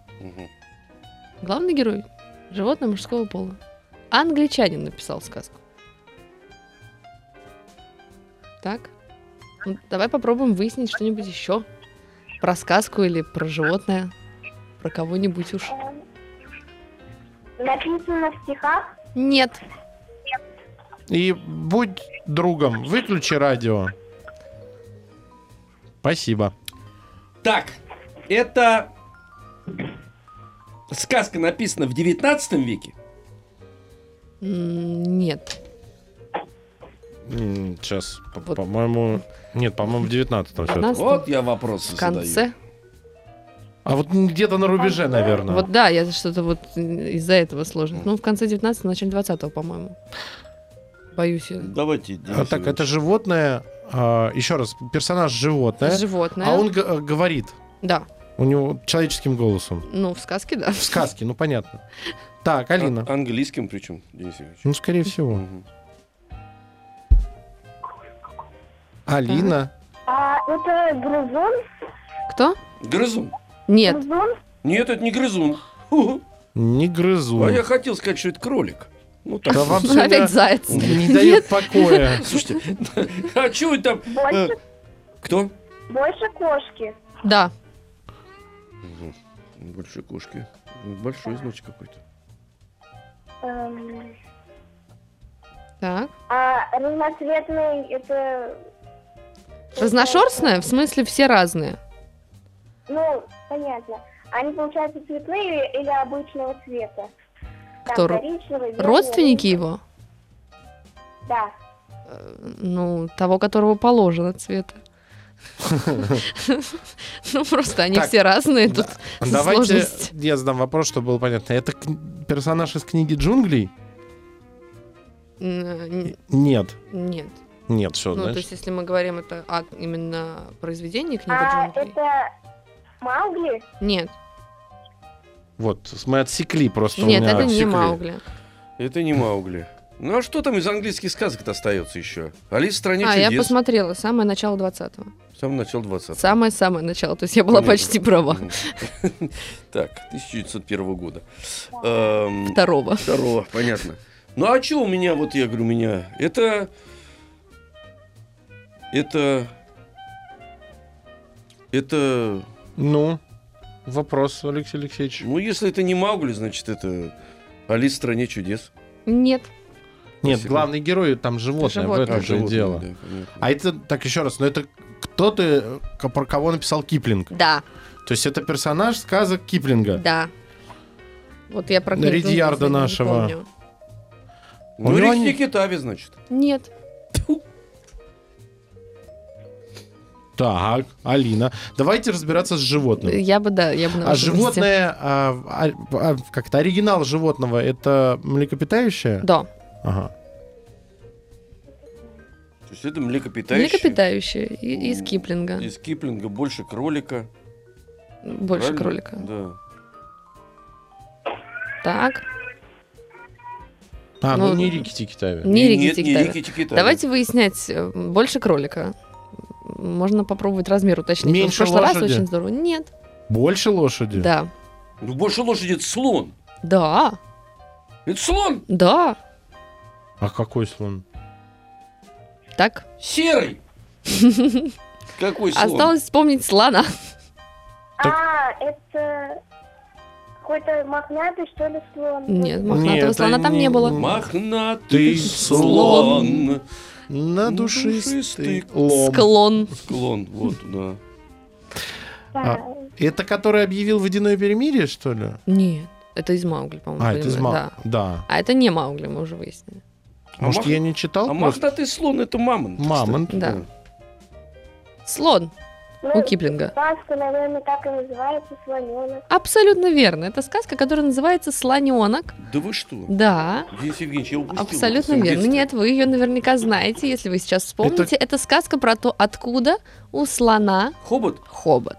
[SPEAKER 4] Главный герой. Животное мужского пола. Англичанин написал сказку. Так. Ну, давай попробуем выяснить что-нибудь еще. Про сказку или про животное. Про кого-нибудь уж.
[SPEAKER 5] Эм, Написано в стихах?
[SPEAKER 4] Нет.
[SPEAKER 3] И будь другом. Выключи радио. Спасибо.
[SPEAKER 2] Так, это сказка написана в 19 веке.
[SPEAKER 4] М, Нет.
[SPEAKER 3] М, Сейчас, по-
[SPEAKER 4] Вот.
[SPEAKER 3] по-моему... Нет, по-моему, в 19
[SPEAKER 4] Она с-
[SPEAKER 2] Вот я вопросы
[SPEAKER 4] в
[SPEAKER 2] задаю.
[SPEAKER 4] конце.
[SPEAKER 3] А вот м, где-то на рубеже, наверное.
[SPEAKER 4] А, Вот да, я что-то вот из-за этого сложно. Ну, в конце 19-го, начале 20-го, по-моему. Боюсь. я.
[SPEAKER 2] Давайте.
[SPEAKER 3] А,
[SPEAKER 2] Денис
[SPEAKER 3] так, это
[SPEAKER 2] Иванович.
[SPEAKER 3] животное... а, еще раз, персонаж животное.
[SPEAKER 4] Животное.
[SPEAKER 3] А он г- э, говорит.
[SPEAKER 4] Да.
[SPEAKER 3] У него человеческим голосом.
[SPEAKER 4] Ну, в сказке, да.
[SPEAKER 3] В сказке, ну понятно. Так, Алина.
[SPEAKER 2] А- английским причем, Денис Иванович.
[SPEAKER 3] Ну, скорее всего.
[SPEAKER 2] Мгм.
[SPEAKER 3] Алина.
[SPEAKER 5] А это грызун?
[SPEAKER 4] Кто?
[SPEAKER 2] Грызун.
[SPEAKER 4] Нет.
[SPEAKER 5] Грызун?
[SPEAKER 2] Нет, это не грызун. Ху-ху.
[SPEAKER 3] Не грызу.
[SPEAKER 2] А я хотел сказать, что это кролик. Ну так.
[SPEAKER 3] Да вам
[SPEAKER 4] Опять
[SPEAKER 3] сегодня
[SPEAKER 4] заяц.
[SPEAKER 3] не дает покоя.
[SPEAKER 2] Слушайте, а чего это там?
[SPEAKER 5] Больше,
[SPEAKER 2] Кто?
[SPEAKER 5] больше кошки.
[SPEAKER 4] Да.
[SPEAKER 2] Большой кошки. Большой, значит, какой-то.
[SPEAKER 5] Эм,
[SPEAKER 4] Так.
[SPEAKER 5] а разноцветный это...
[SPEAKER 4] Разношерстная? В смысле, все разные.
[SPEAKER 5] Ну, понятно. Они, получается, цветные или обычного цвета? Там
[SPEAKER 4] Кто, ро-
[SPEAKER 5] коричневый, белый,
[SPEAKER 4] Родственники его?
[SPEAKER 5] Да.
[SPEAKER 4] Э, Ну, того, которого положено цвета. Ну, просто они
[SPEAKER 3] Так,
[SPEAKER 4] все разные. Тут
[SPEAKER 3] Давайте
[SPEAKER 4] сложность.
[SPEAKER 3] я задам вопрос, чтобы было понятно. Это кн- персонаж из книги джунглей?
[SPEAKER 4] М,
[SPEAKER 3] Нет.
[SPEAKER 4] Нет.
[SPEAKER 3] Нет, все,
[SPEAKER 4] Ну, то
[SPEAKER 3] значит.
[SPEAKER 4] есть, если мы говорим это о именно произведении книги
[SPEAKER 5] а
[SPEAKER 4] джунглей.
[SPEAKER 5] это Маугли?
[SPEAKER 4] Нет.
[SPEAKER 3] Вот, мы отсекли просто у
[SPEAKER 4] Нет,
[SPEAKER 3] меня.
[SPEAKER 4] это не
[SPEAKER 2] секрет.
[SPEAKER 4] Маугли.
[SPEAKER 2] Это не Маугли. Ну а что там из английских сказок-то остается еще? Алиса в стране
[SPEAKER 4] А, я
[SPEAKER 2] чудес.
[SPEAKER 4] посмотрела. Самое начало 20-го.
[SPEAKER 2] Сам начал 20
[SPEAKER 4] Самое-самое начало. То есть я была
[SPEAKER 2] Понятно.
[SPEAKER 4] почти права.
[SPEAKER 2] Мгм. Так, 1901 года. Эм,
[SPEAKER 4] Второго.
[SPEAKER 2] Второго, понятно. Ну а что у меня, вот я говорю, у меня? Это... Это... Это...
[SPEAKER 3] Ну, вопрос, Алексей Алексеевич.
[SPEAKER 2] Ну, если это не Маугли, значит, это Алиса в стране чудес.
[SPEAKER 4] Нет.
[SPEAKER 3] Нет,
[SPEAKER 2] Спасибо. главный
[SPEAKER 3] главный герой там животное,
[SPEAKER 4] Животное.
[SPEAKER 3] в этом
[SPEAKER 4] А,
[SPEAKER 3] же
[SPEAKER 2] животное,
[SPEAKER 3] дело.
[SPEAKER 2] да, понятно.
[SPEAKER 3] А это, так еще раз, но это кто-то, э, к- про кого написал Киплинг.
[SPEAKER 4] Да.
[SPEAKER 3] То есть это персонаж сказок Киплинга.
[SPEAKER 4] Да. Вот я про
[SPEAKER 3] На
[SPEAKER 4] книгу
[SPEAKER 3] Ридьярда
[SPEAKER 4] «Джунглей» не
[SPEAKER 3] нашего.
[SPEAKER 4] помню.
[SPEAKER 2] Ну,
[SPEAKER 3] У него
[SPEAKER 2] Рик
[SPEAKER 3] не-
[SPEAKER 2] Никитави, значит.
[SPEAKER 4] Нет.
[SPEAKER 3] Так, Алина. Давайте разбираться с животным.
[SPEAKER 4] Я бы, да, Э, я бы на
[SPEAKER 3] Ну. А
[SPEAKER 4] вашем месте.
[SPEAKER 3] животное, а, а, а, как это, оригинал животного, это млекопитающее?
[SPEAKER 4] Да.
[SPEAKER 3] Ага.
[SPEAKER 2] То есть это млекопитающее.
[SPEAKER 4] Млекопитающее. И- Из
[SPEAKER 2] М,
[SPEAKER 4] Киплинга.
[SPEAKER 2] Из Киплинга больше кролика.
[SPEAKER 4] Больше
[SPEAKER 2] правильно?
[SPEAKER 4] кролика.
[SPEAKER 2] Да.
[SPEAKER 4] Так.
[SPEAKER 3] А, ну,
[SPEAKER 4] Ну,
[SPEAKER 3] не Рики Тики Тави.
[SPEAKER 4] Не
[SPEAKER 2] Нет,
[SPEAKER 4] Рикки
[SPEAKER 2] не
[SPEAKER 4] Тикки
[SPEAKER 2] Рики Тикитави.
[SPEAKER 4] Давайте выяснять. э, Больше кролика. Можно попробовать размер уточнить.
[SPEAKER 3] Меньше
[SPEAKER 4] в прошлый раз
[SPEAKER 3] лошади?
[SPEAKER 4] очень здорово. Нет.
[SPEAKER 3] Больше лошади?
[SPEAKER 4] Да.
[SPEAKER 2] Ну, больше лошади это слон.
[SPEAKER 4] Да.
[SPEAKER 2] Это слон!
[SPEAKER 4] Да.
[SPEAKER 3] А какой слон?
[SPEAKER 4] Так.
[SPEAKER 2] Серый! Какой слон?
[SPEAKER 4] Осталось вспомнить слона.
[SPEAKER 3] Так-
[SPEAKER 5] А, это какой-то мохнатый, что ли, слон?
[SPEAKER 4] Нет,
[SPEAKER 3] Нет,
[SPEAKER 4] мохнатого
[SPEAKER 3] это
[SPEAKER 4] слона там
[SPEAKER 3] не-
[SPEAKER 4] не было.
[SPEAKER 2] Мохнатый
[SPEAKER 3] Ты
[SPEAKER 2] слон.
[SPEAKER 3] на душистый
[SPEAKER 2] Душистый
[SPEAKER 3] лом.
[SPEAKER 4] Склон.
[SPEAKER 2] Склон, вот, да.
[SPEAKER 3] А, Это который объявил водяное перемирие, что ли?
[SPEAKER 4] Нет, это из Маугли, по-моему.
[SPEAKER 3] А, это из
[SPEAKER 4] понимаю,
[SPEAKER 3] Ма-
[SPEAKER 4] да.
[SPEAKER 3] Да.
[SPEAKER 4] А это не Маугли, мы уже выяснили.
[SPEAKER 2] А
[SPEAKER 3] Может,
[SPEAKER 2] мах-
[SPEAKER 3] я не читал?
[SPEAKER 2] А
[SPEAKER 3] Ну, просто?
[SPEAKER 2] мохнатый слон это мамонт. кстати.
[SPEAKER 3] Мамонт.
[SPEAKER 4] Да. Слон у
[SPEAKER 5] Ну,
[SPEAKER 4] Киплинга.
[SPEAKER 5] сказка, наверное, так и называется, слоненок.
[SPEAKER 4] Абсолютно верно. Это сказка, которая называется «Слоненок».
[SPEAKER 2] Да вы что?
[SPEAKER 4] Да,
[SPEAKER 2] Денис Евгеньевич, я упустил.
[SPEAKER 4] абсолютно
[SPEAKER 2] в своём
[SPEAKER 4] верно.
[SPEAKER 2] детстве.
[SPEAKER 4] Нет, вы ее наверняка знаете, если вы сейчас вспомните. Это... сказка про то, откуда у слона
[SPEAKER 2] Хобот?
[SPEAKER 4] хобот.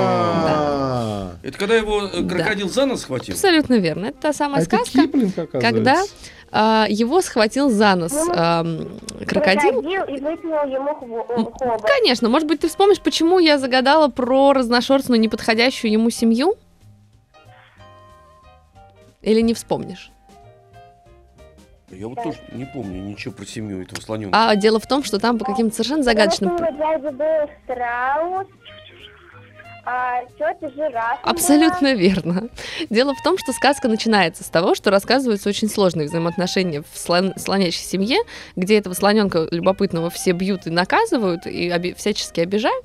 [SPEAKER 3] А.
[SPEAKER 2] Это когда его э,
[SPEAKER 4] Да.
[SPEAKER 2] крокодил за нос схватил?
[SPEAKER 4] Абсолютно верно. Это та самая
[SPEAKER 6] А это
[SPEAKER 4] сказка,
[SPEAKER 6] Киплинг, оказывается.
[SPEAKER 4] когда а, его схватил за нос ам, крокодил.
[SPEAKER 5] и вытянул ему хво- э,
[SPEAKER 4] М,
[SPEAKER 5] хобот.
[SPEAKER 4] Конечно, может быть, ты вспомнишь, почему я загадала про разношерстную неподходящую ему семью? Или не вспомнишь?
[SPEAKER 2] Я вот тоже не помню ничего про семью этого слоненка.
[SPEAKER 4] А дело в том, что там по каким-то совершенно загадочным...
[SPEAKER 5] Потому что у дяди был страус, а тетя жираф.
[SPEAKER 4] Абсолютно верно. Дело в том, что сказка начинается с того, что рассказываются очень сложные взаимоотношения в слон- слонячей семье, где этого слоненка любопытного все бьют и наказывают, и оби- всячески обижают.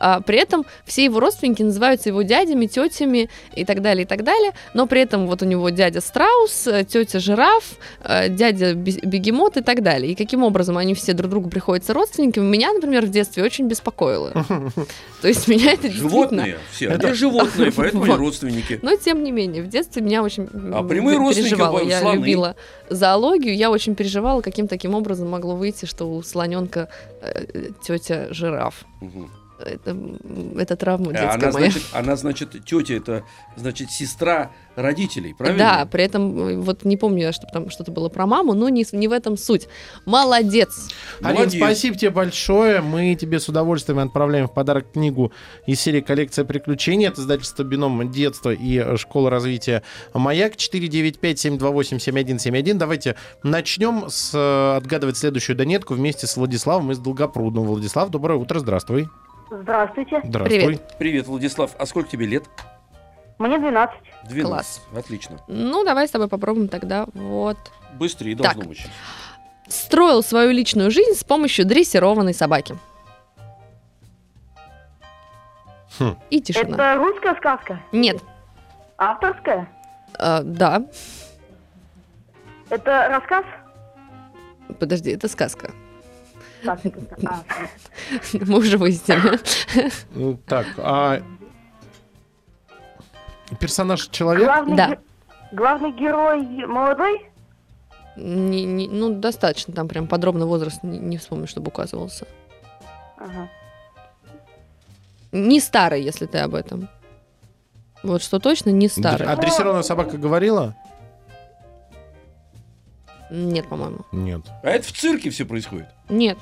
[SPEAKER 4] А при этом все его родственники называются его дядями, тетями и так далее, и так далее. Но при этом вот у него дядя страус, э, тетя жираф, э, дядя бе- бегемот и так далее. И каким образом они все друг другу приходятся родственниками, меня, например, в детстве очень беспокоило. То есть меня это А, действительно...
[SPEAKER 2] Животные все. Это животные, поэтому и
[SPEAKER 4] Вот.
[SPEAKER 2] родственники.
[SPEAKER 4] Но тем не менее, в детстве меня очень
[SPEAKER 2] А
[SPEAKER 4] м,
[SPEAKER 2] прямые
[SPEAKER 4] пе-
[SPEAKER 2] родственники,
[SPEAKER 4] переживала.
[SPEAKER 2] по-
[SPEAKER 4] Я
[SPEAKER 2] слоны.
[SPEAKER 4] любила зоологию, я очень переживала, каким таким образом могло выйти, что у слоненка тетя жираф.
[SPEAKER 2] Мгм.
[SPEAKER 4] Это, м, это травма
[SPEAKER 2] А
[SPEAKER 4] детская
[SPEAKER 2] Она
[SPEAKER 4] моя.
[SPEAKER 2] значит, она значит тетя, это значит сестра родителей,
[SPEAKER 4] Да,
[SPEAKER 2] правильно?
[SPEAKER 4] при этом э, вот не помню, что там что-то было про маму, но не, с- не в этом суть. Молодец.
[SPEAKER 3] Алин,
[SPEAKER 2] Молодец.
[SPEAKER 3] спасибо тебе большое. Мы тебе с удовольствием отправляем в подарок книгу из серии «Коллекция приключений» от издательства «Бином детства» и э, «Школа развития Маяк» 495-728-7171. Давайте начнем с, э, отгадывать следующую донетку вместе с Владиславом из Долгопрудного. Владислав, доброе утро, здравствуй.
[SPEAKER 5] Здравствуйте,
[SPEAKER 3] Здравствуй.
[SPEAKER 4] Привет.
[SPEAKER 2] Привет, Владислав. А сколько тебе лет?
[SPEAKER 5] мне 12.
[SPEAKER 2] 12.
[SPEAKER 4] Класс.
[SPEAKER 2] Отлично.
[SPEAKER 4] Ну, давай с тобой попробуем тогда вот.
[SPEAKER 2] Быстрее
[SPEAKER 4] Так.
[SPEAKER 2] должно быть.
[SPEAKER 4] Строил свою личную жизнь с помощью дрессированной собаки.
[SPEAKER 3] Хм.
[SPEAKER 4] И тишина.
[SPEAKER 5] русская сказка?
[SPEAKER 4] Нет,
[SPEAKER 5] Авторская?
[SPEAKER 4] э, да,
[SPEAKER 5] Это рассказ?
[SPEAKER 4] Подожди, это сказка. Мы уже выяснили.
[SPEAKER 3] Ну, Так, а... Персонаж человек?
[SPEAKER 5] А, Главный,
[SPEAKER 4] Да.
[SPEAKER 5] ге- главный герой молодой?
[SPEAKER 4] Не- не- ну, достаточно там прям подробно возраст не, не вспомню, чтобы указывался.
[SPEAKER 5] Ага.
[SPEAKER 4] Не старый, если ты об этом. Вот что точно, не
[SPEAKER 3] А
[SPEAKER 4] старый.
[SPEAKER 3] дрессированная собака говорила?
[SPEAKER 4] Нет, по-моему.
[SPEAKER 3] Нет.
[SPEAKER 2] А это в цирке все происходит.
[SPEAKER 4] Нет.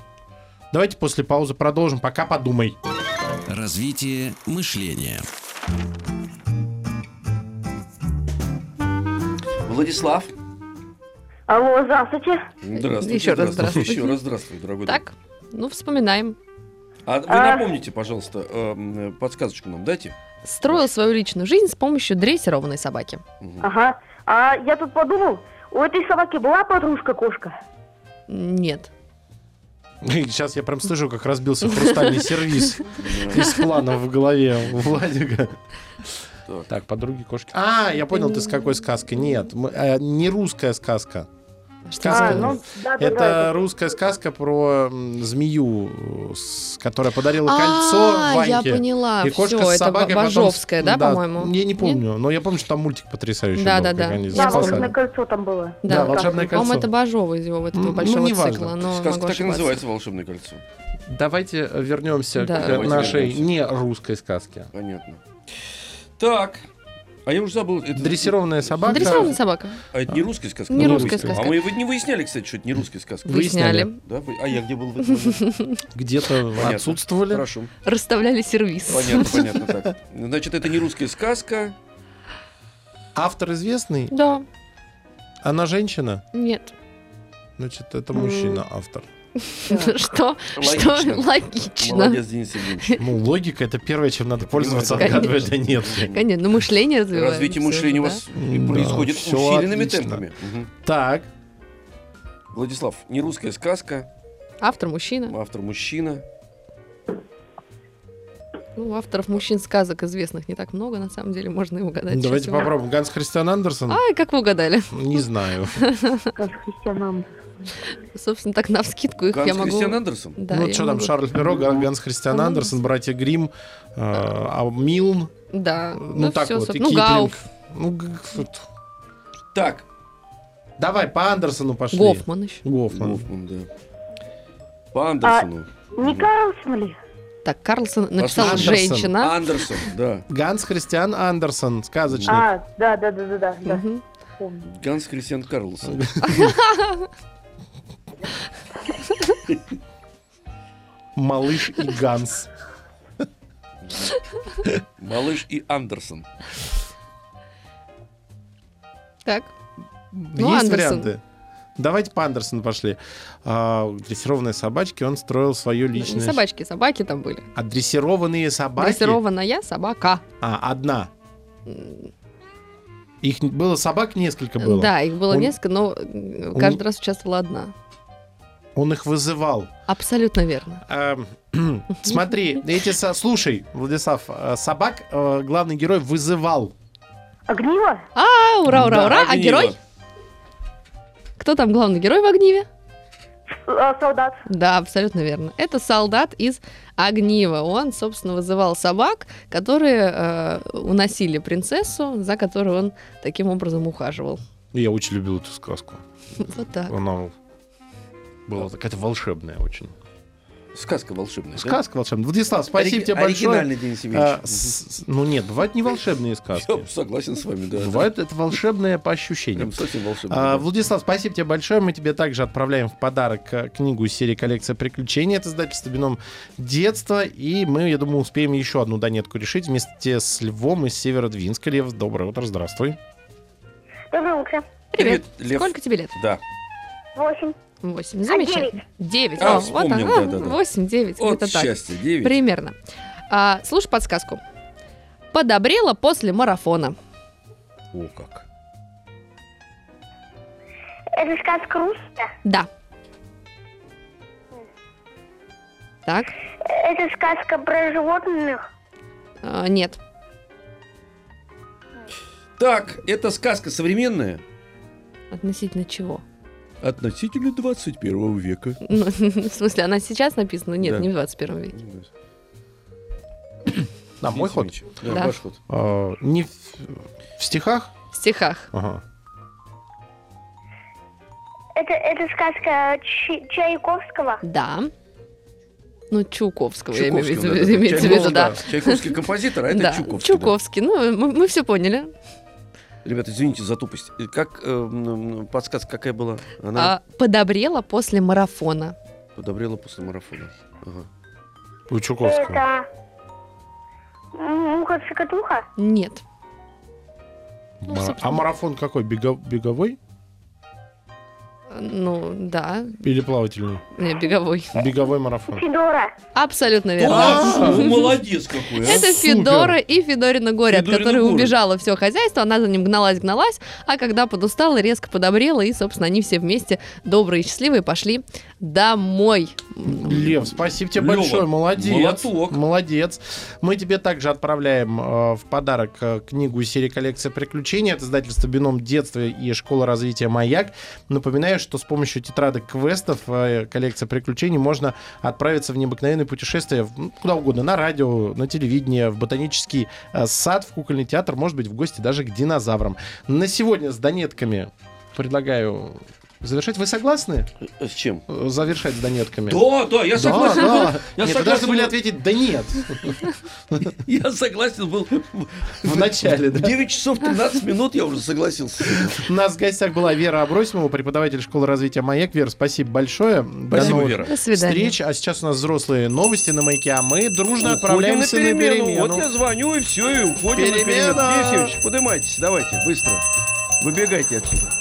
[SPEAKER 3] Давайте после паузы продолжим. Пока подумай.
[SPEAKER 1] Развитие мышления.
[SPEAKER 2] Владислав.
[SPEAKER 5] Алло, здравствуйте.
[SPEAKER 2] Здравствуйте.
[SPEAKER 4] Еще раз здравствуйте.
[SPEAKER 2] Еще раз здравствуй, дорогой друг.
[SPEAKER 4] Так, ну, вспоминаем.
[SPEAKER 2] А вы
[SPEAKER 5] А.
[SPEAKER 2] напомните, пожалуйста, эм, э, подсказочку нам дайте.
[SPEAKER 4] Строил свою личную жизнь с помощью дрессированной собаки.
[SPEAKER 2] Мгм.
[SPEAKER 5] Ага. А я тут подумал, у этой собаки была подружка-кошка?
[SPEAKER 4] Нет.
[SPEAKER 3] Сейчас я прям слышу, как разбился хрустальный сервис из плана в голове у Владика.
[SPEAKER 2] Так.
[SPEAKER 3] Так, подруги кошки. А, я понял, ты с какой сказкой. Нет, мы- э, не русская сказка.
[SPEAKER 4] Что
[SPEAKER 3] Сказка.
[SPEAKER 5] А,
[SPEAKER 4] за-
[SPEAKER 5] ну, да, да,
[SPEAKER 3] Это
[SPEAKER 5] да.
[SPEAKER 3] русская сказка про м, змею, э, с- которая подарила
[SPEAKER 4] А,
[SPEAKER 3] кольцо
[SPEAKER 4] я
[SPEAKER 3] Ваньке.
[SPEAKER 4] поняла.
[SPEAKER 3] И кошка
[SPEAKER 4] Всё,
[SPEAKER 3] с
[SPEAKER 4] это
[SPEAKER 3] собакой
[SPEAKER 4] Ба-
[SPEAKER 3] потом с-
[SPEAKER 4] Бажовская, да, по-моему?
[SPEAKER 3] Я не помню, но я помню, что там мультик потрясающий
[SPEAKER 4] Да,
[SPEAKER 3] был,
[SPEAKER 4] да,
[SPEAKER 3] как
[SPEAKER 4] да.
[SPEAKER 3] они
[SPEAKER 5] Да,
[SPEAKER 4] Я
[SPEAKER 3] спасали.
[SPEAKER 5] волшебное кольцо там было.
[SPEAKER 3] Да, волшебное
[SPEAKER 4] По-моему,
[SPEAKER 3] кольцо.
[SPEAKER 4] это Бажова из его вот этого
[SPEAKER 3] Ну,
[SPEAKER 4] большого
[SPEAKER 3] неважно.
[SPEAKER 4] цикла. Но
[SPEAKER 2] Сказка
[SPEAKER 4] могу
[SPEAKER 2] так и
[SPEAKER 4] ошибаться.
[SPEAKER 2] называется «Волшебное кольцо».
[SPEAKER 3] Давайте э, вернемся
[SPEAKER 4] Да.
[SPEAKER 3] к
[SPEAKER 2] Давайте
[SPEAKER 3] нашей
[SPEAKER 2] вернемся.
[SPEAKER 3] не русской сказке.
[SPEAKER 2] Понятно. Так. А я уже забыл. Это,
[SPEAKER 3] Дрессированная собака.
[SPEAKER 4] Дрессированная собака.
[SPEAKER 2] А это не русская сказка?
[SPEAKER 4] Не
[SPEAKER 2] Да,
[SPEAKER 4] русская сказка.
[SPEAKER 2] А мы его не выясняли, кстати, что это не русская сказка.
[SPEAKER 3] Выясняли.
[SPEAKER 4] Выясняли.
[SPEAKER 2] Да? вы- А я где был в этот момент?
[SPEAKER 3] Где-то
[SPEAKER 2] Понятно.
[SPEAKER 3] отсутствовали.
[SPEAKER 2] Хорошо.
[SPEAKER 4] Расставляли сервис.
[SPEAKER 2] Понятно, понятно. Так. Значит, это не русская сказка.
[SPEAKER 3] Автор известный,
[SPEAKER 4] Да,
[SPEAKER 3] она женщина.
[SPEAKER 4] нет.
[SPEAKER 3] Значит, это мужчина автор.
[SPEAKER 4] Что?
[SPEAKER 2] Логично.
[SPEAKER 4] Что? Логично.
[SPEAKER 2] Молодец, Денис Евгеньевич.
[SPEAKER 3] Ну, логика это первое, чем надо пользоваться,
[SPEAKER 4] Конечно.
[SPEAKER 3] отгадывая да нет.
[SPEAKER 4] Конечно, ну мышление развиваем.
[SPEAKER 2] Развитие
[SPEAKER 4] всё же,
[SPEAKER 2] мышления у
[SPEAKER 4] да.
[SPEAKER 2] вас
[SPEAKER 3] Да,
[SPEAKER 2] происходит
[SPEAKER 3] всё
[SPEAKER 2] усиленными
[SPEAKER 3] отлично.
[SPEAKER 2] темпами. Мгм.
[SPEAKER 3] Так,
[SPEAKER 2] Владислав, не русская сказка,
[SPEAKER 4] Автор мужчина.
[SPEAKER 2] автор мужчина.
[SPEAKER 4] Ну, авторов мужчин сказок известных не так много, на самом деле, можно и угадать.
[SPEAKER 3] Давайте
[SPEAKER 4] Сейчас его-
[SPEAKER 3] попробуем. Ганс Христиан Андерсон?
[SPEAKER 4] Ай, как вы угадали?
[SPEAKER 3] Не знаю.
[SPEAKER 5] Как христианам.
[SPEAKER 4] Собственно, так навскидку их я
[SPEAKER 2] Ганс
[SPEAKER 4] могу...
[SPEAKER 2] Кристиан Андерсон.
[SPEAKER 4] Да,
[SPEAKER 3] ну,
[SPEAKER 4] я
[SPEAKER 3] что там,
[SPEAKER 4] могу-
[SPEAKER 3] Шарль Перо, Ган- Ганс Христиан
[SPEAKER 4] Ага.
[SPEAKER 3] Андерсон, братья Гримм, э, а Милн,
[SPEAKER 4] Да.
[SPEAKER 3] ну, так
[SPEAKER 4] всё,
[SPEAKER 3] вот, и
[SPEAKER 4] собственно. Ну,
[SPEAKER 3] Киплинг.
[SPEAKER 4] Гауф,
[SPEAKER 3] Ну, г- г- вот.
[SPEAKER 2] Так.
[SPEAKER 3] Давай, по Андерсону пошли.
[SPEAKER 4] Гофман еще.
[SPEAKER 3] Гофман.
[SPEAKER 2] Гофман, да. По Андерсону.
[SPEAKER 4] А,
[SPEAKER 5] Не Карлсон ли?
[SPEAKER 4] Так, Карлсон написала
[SPEAKER 3] Андерсон.
[SPEAKER 4] женщина.
[SPEAKER 2] Андерсон, да.
[SPEAKER 3] Ганс Христиан Андерсон, сказочник.
[SPEAKER 5] А, да, да, да, да, да, да,
[SPEAKER 4] Мгм.
[SPEAKER 5] вспомнила.
[SPEAKER 2] Ганс Кристиан Карлсон.
[SPEAKER 3] Малыш и Ганс.
[SPEAKER 2] Малыш и Андерсон.
[SPEAKER 4] Так. Ну,
[SPEAKER 3] Есть
[SPEAKER 4] Андерсон.
[SPEAKER 3] варианты? Давайте по Андерсону пошли. А, дрессированные собачки, он строил свое
[SPEAKER 4] Не
[SPEAKER 3] личное...
[SPEAKER 4] собачки, собаки там были.
[SPEAKER 3] А дрессированные собаки...
[SPEAKER 4] Дрессированная собака.
[SPEAKER 3] А, одна.
[SPEAKER 4] М,
[SPEAKER 3] Их н- было собак несколько было.
[SPEAKER 4] Да, их было
[SPEAKER 3] Он-
[SPEAKER 4] несколько, но э, каждый раз участвовала одна.
[SPEAKER 3] Он их вызывал.
[SPEAKER 4] Абсолютно верно.
[SPEAKER 3] Эм, Смотри, эти со- слушай, Владислав, э, собак э, главный герой вызывал.
[SPEAKER 5] Огниво?
[SPEAKER 4] А, ура, ура,
[SPEAKER 3] Да,
[SPEAKER 4] ура! А
[SPEAKER 2] Огниво.
[SPEAKER 4] герой? Кто там главный герой в огниве?
[SPEAKER 5] А, солдат.
[SPEAKER 4] Да, абсолютно верно. Это солдат из огнива. Он, собственно, вызывал собак, которые э, уносили принцессу, за которую он таким образом ухаживал.
[SPEAKER 3] Я очень любил эту сказку.
[SPEAKER 4] Вот так.
[SPEAKER 3] Она была какая-то волшебная очень.
[SPEAKER 2] Сказка волшебная. да?
[SPEAKER 3] Сказка волшебная. Владислав, спасибо
[SPEAKER 2] Ори-
[SPEAKER 3] тебе большое.
[SPEAKER 2] Оригинальный Денис
[SPEAKER 3] А,
[SPEAKER 2] Евгеньевич.
[SPEAKER 3] с- ну нет, бывают не волшебные сказки.
[SPEAKER 2] Я согласен с вами, да.
[SPEAKER 3] Бывают это волшебное по ощущениям.
[SPEAKER 2] Прям совсем волшебный.
[SPEAKER 3] А,
[SPEAKER 2] да.
[SPEAKER 3] Владислав, спасибо тебе большое. Мы тебе также отправляем в подарок э, книгу из серии «Коллекция приключений» от издательства «Бином детства». И мы, я думаю, успеем еще одну донетку решить вместе с Львом из Северодвинска. Лев, доброе утро, здравствуй.
[SPEAKER 5] Доброе утро.
[SPEAKER 4] Привет.
[SPEAKER 2] Лев.
[SPEAKER 4] Сколько тебе лет?
[SPEAKER 2] Да.
[SPEAKER 5] Восемь.
[SPEAKER 4] Восемь. Замечательно. Девять.
[SPEAKER 2] А,
[SPEAKER 4] О, вот
[SPEAKER 2] вспомнил,
[SPEAKER 4] она.
[SPEAKER 2] да-да-да.
[SPEAKER 4] Восемь, девять.
[SPEAKER 2] От
[SPEAKER 4] Где-то так.
[SPEAKER 2] счастья. 9.
[SPEAKER 4] Примерно. А, слушай подсказку. Подобрела после марафона.
[SPEAKER 2] О, как.
[SPEAKER 5] Это сказка русская?
[SPEAKER 4] Да. Так,
[SPEAKER 5] Это сказка про животных?
[SPEAKER 4] а, нет.
[SPEAKER 2] Так, это сказка современная?
[SPEAKER 4] Относительно чего?
[SPEAKER 2] Относительно 21 века.
[SPEAKER 4] Ну, в смысле, она сейчас написана? Нет,
[SPEAKER 2] Да.
[SPEAKER 4] не в 21 веке.
[SPEAKER 3] На мой ход.
[SPEAKER 2] А Да,
[SPEAKER 4] Да.
[SPEAKER 2] ваш ход.
[SPEAKER 3] Э, не в, в стихах?
[SPEAKER 4] В стихах.
[SPEAKER 3] Ага.
[SPEAKER 5] Это, это сказка Чи- Чайковского?
[SPEAKER 4] Да. Ну, Чуковского, я имею в виду,
[SPEAKER 2] Чуковского, да, да.
[SPEAKER 4] имеется в виду, да.
[SPEAKER 2] Чайковский композитор, а это
[SPEAKER 4] Да,
[SPEAKER 2] Чуковский. да.
[SPEAKER 4] Чуковский. Ну, мы, все поняли.
[SPEAKER 2] Ребята, извините за тупость. И Как э, м, м, подсказка какая была? Она
[SPEAKER 4] А, подобрела после марафона.
[SPEAKER 2] подобрела после марафона. Ага.
[SPEAKER 3] У Чуковского.
[SPEAKER 5] Это м, муха-цокотуха?
[SPEAKER 4] Нет. ну,
[SPEAKER 3] Мара-
[SPEAKER 4] собственно.
[SPEAKER 3] А марафон какой? Бега- беговой
[SPEAKER 4] Ну, да.
[SPEAKER 3] или плавательный?
[SPEAKER 4] Не, беговой.
[SPEAKER 3] Беговой марафон.
[SPEAKER 5] Федора.
[SPEAKER 4] Абсолютно верно.
[SPEAKER 2] Да, ну, молодец какой, а.
[SPEAKER 4] Это
[SPEAKER 3] Супер.
[SPEAKER 4] Федора и Федорина Горе, от
[SPEAKER 2] Федорина
[SPEAKER 4] которой
[SPEAKER 2] Горе.
[SPEAKER 4] убежало все хозяйство. Она за ним гналась, гналась, а когда подустала, резко подобрела, и, собственно, они все вместе, добрые и счастливые, пошли домой.
[SPEAKER 3] Лев, спасибо тебе
[SPEAKER 2] Лёва,
[SPEAKER 3] большое, молодец.
[SPEAKER 2] молоток.
[SPEAKER 3] Молодец. Мы тебе также отправляем э, в подарок э, книгу из серии «Коллекция приключений» от издательства «Бином детства» и «Школа развития Маяк». Напоминаю, что с помощью тетрадок квестов э, «Коллекция приключений» можно отправиться в необыкновенные путешествия в- ну, куда угодно, на радио, на телевидение, в ботанический э, сад, в кукольный театр, может быть, в гости даже к динозаврам. На сегодня с донетками предлагаю завершать. Вы согласны
[SPEAKER 2] С чем?
[SPEAKER 3] э, завершать с донетками?
[SPEAKER 2] а. Да, да, я
[SPEAKER 3] Да,
[SPEAKER 2] согласен. был.
[SPEAKER 3] да.
[SPEAKER 2] Я
[SPEAKER 3] Нет, вы
[SPEAKER 2] согласен
[SPEAKER 3] должны были
[SPEAKER 2] был.
[SPEAKER 3] ответить «да нет»
[SPEAKER 2] Я согласен был.
[SPEAKER 3] в начале.
[SPEAKER 2] В
[SPEAKER 3] да. ну
[SPEAKER 2] 9 часов 13 минут я уже согласился.
[SPEAKER 3] У нас в гостях была Вера Абросимова, преподаватель школы развития «Маяк». Вера, спасибо большое. До
[SPEAKER 2] Спасибо,
[SPEAKER 3] новых
[SPEAKER 2] Вера.
[SPEAKER 4] До свидания.
[SPEAKER 3] Встреч. А сейчас у нас взрослые новости на «Маяке», а мы дружно
[SPEAKER 2] Уходим
[SPEAKER 3] отправляемся на перемену.
[SPEAKER 2] Вот я звоню, и все, и уходим на перемену.
[SPEAKER 3] Перемена!
[SPEAKER 2] Денис Евгеньевич, поднимайтесь, давайте, быстро. Выбегайте отсюда.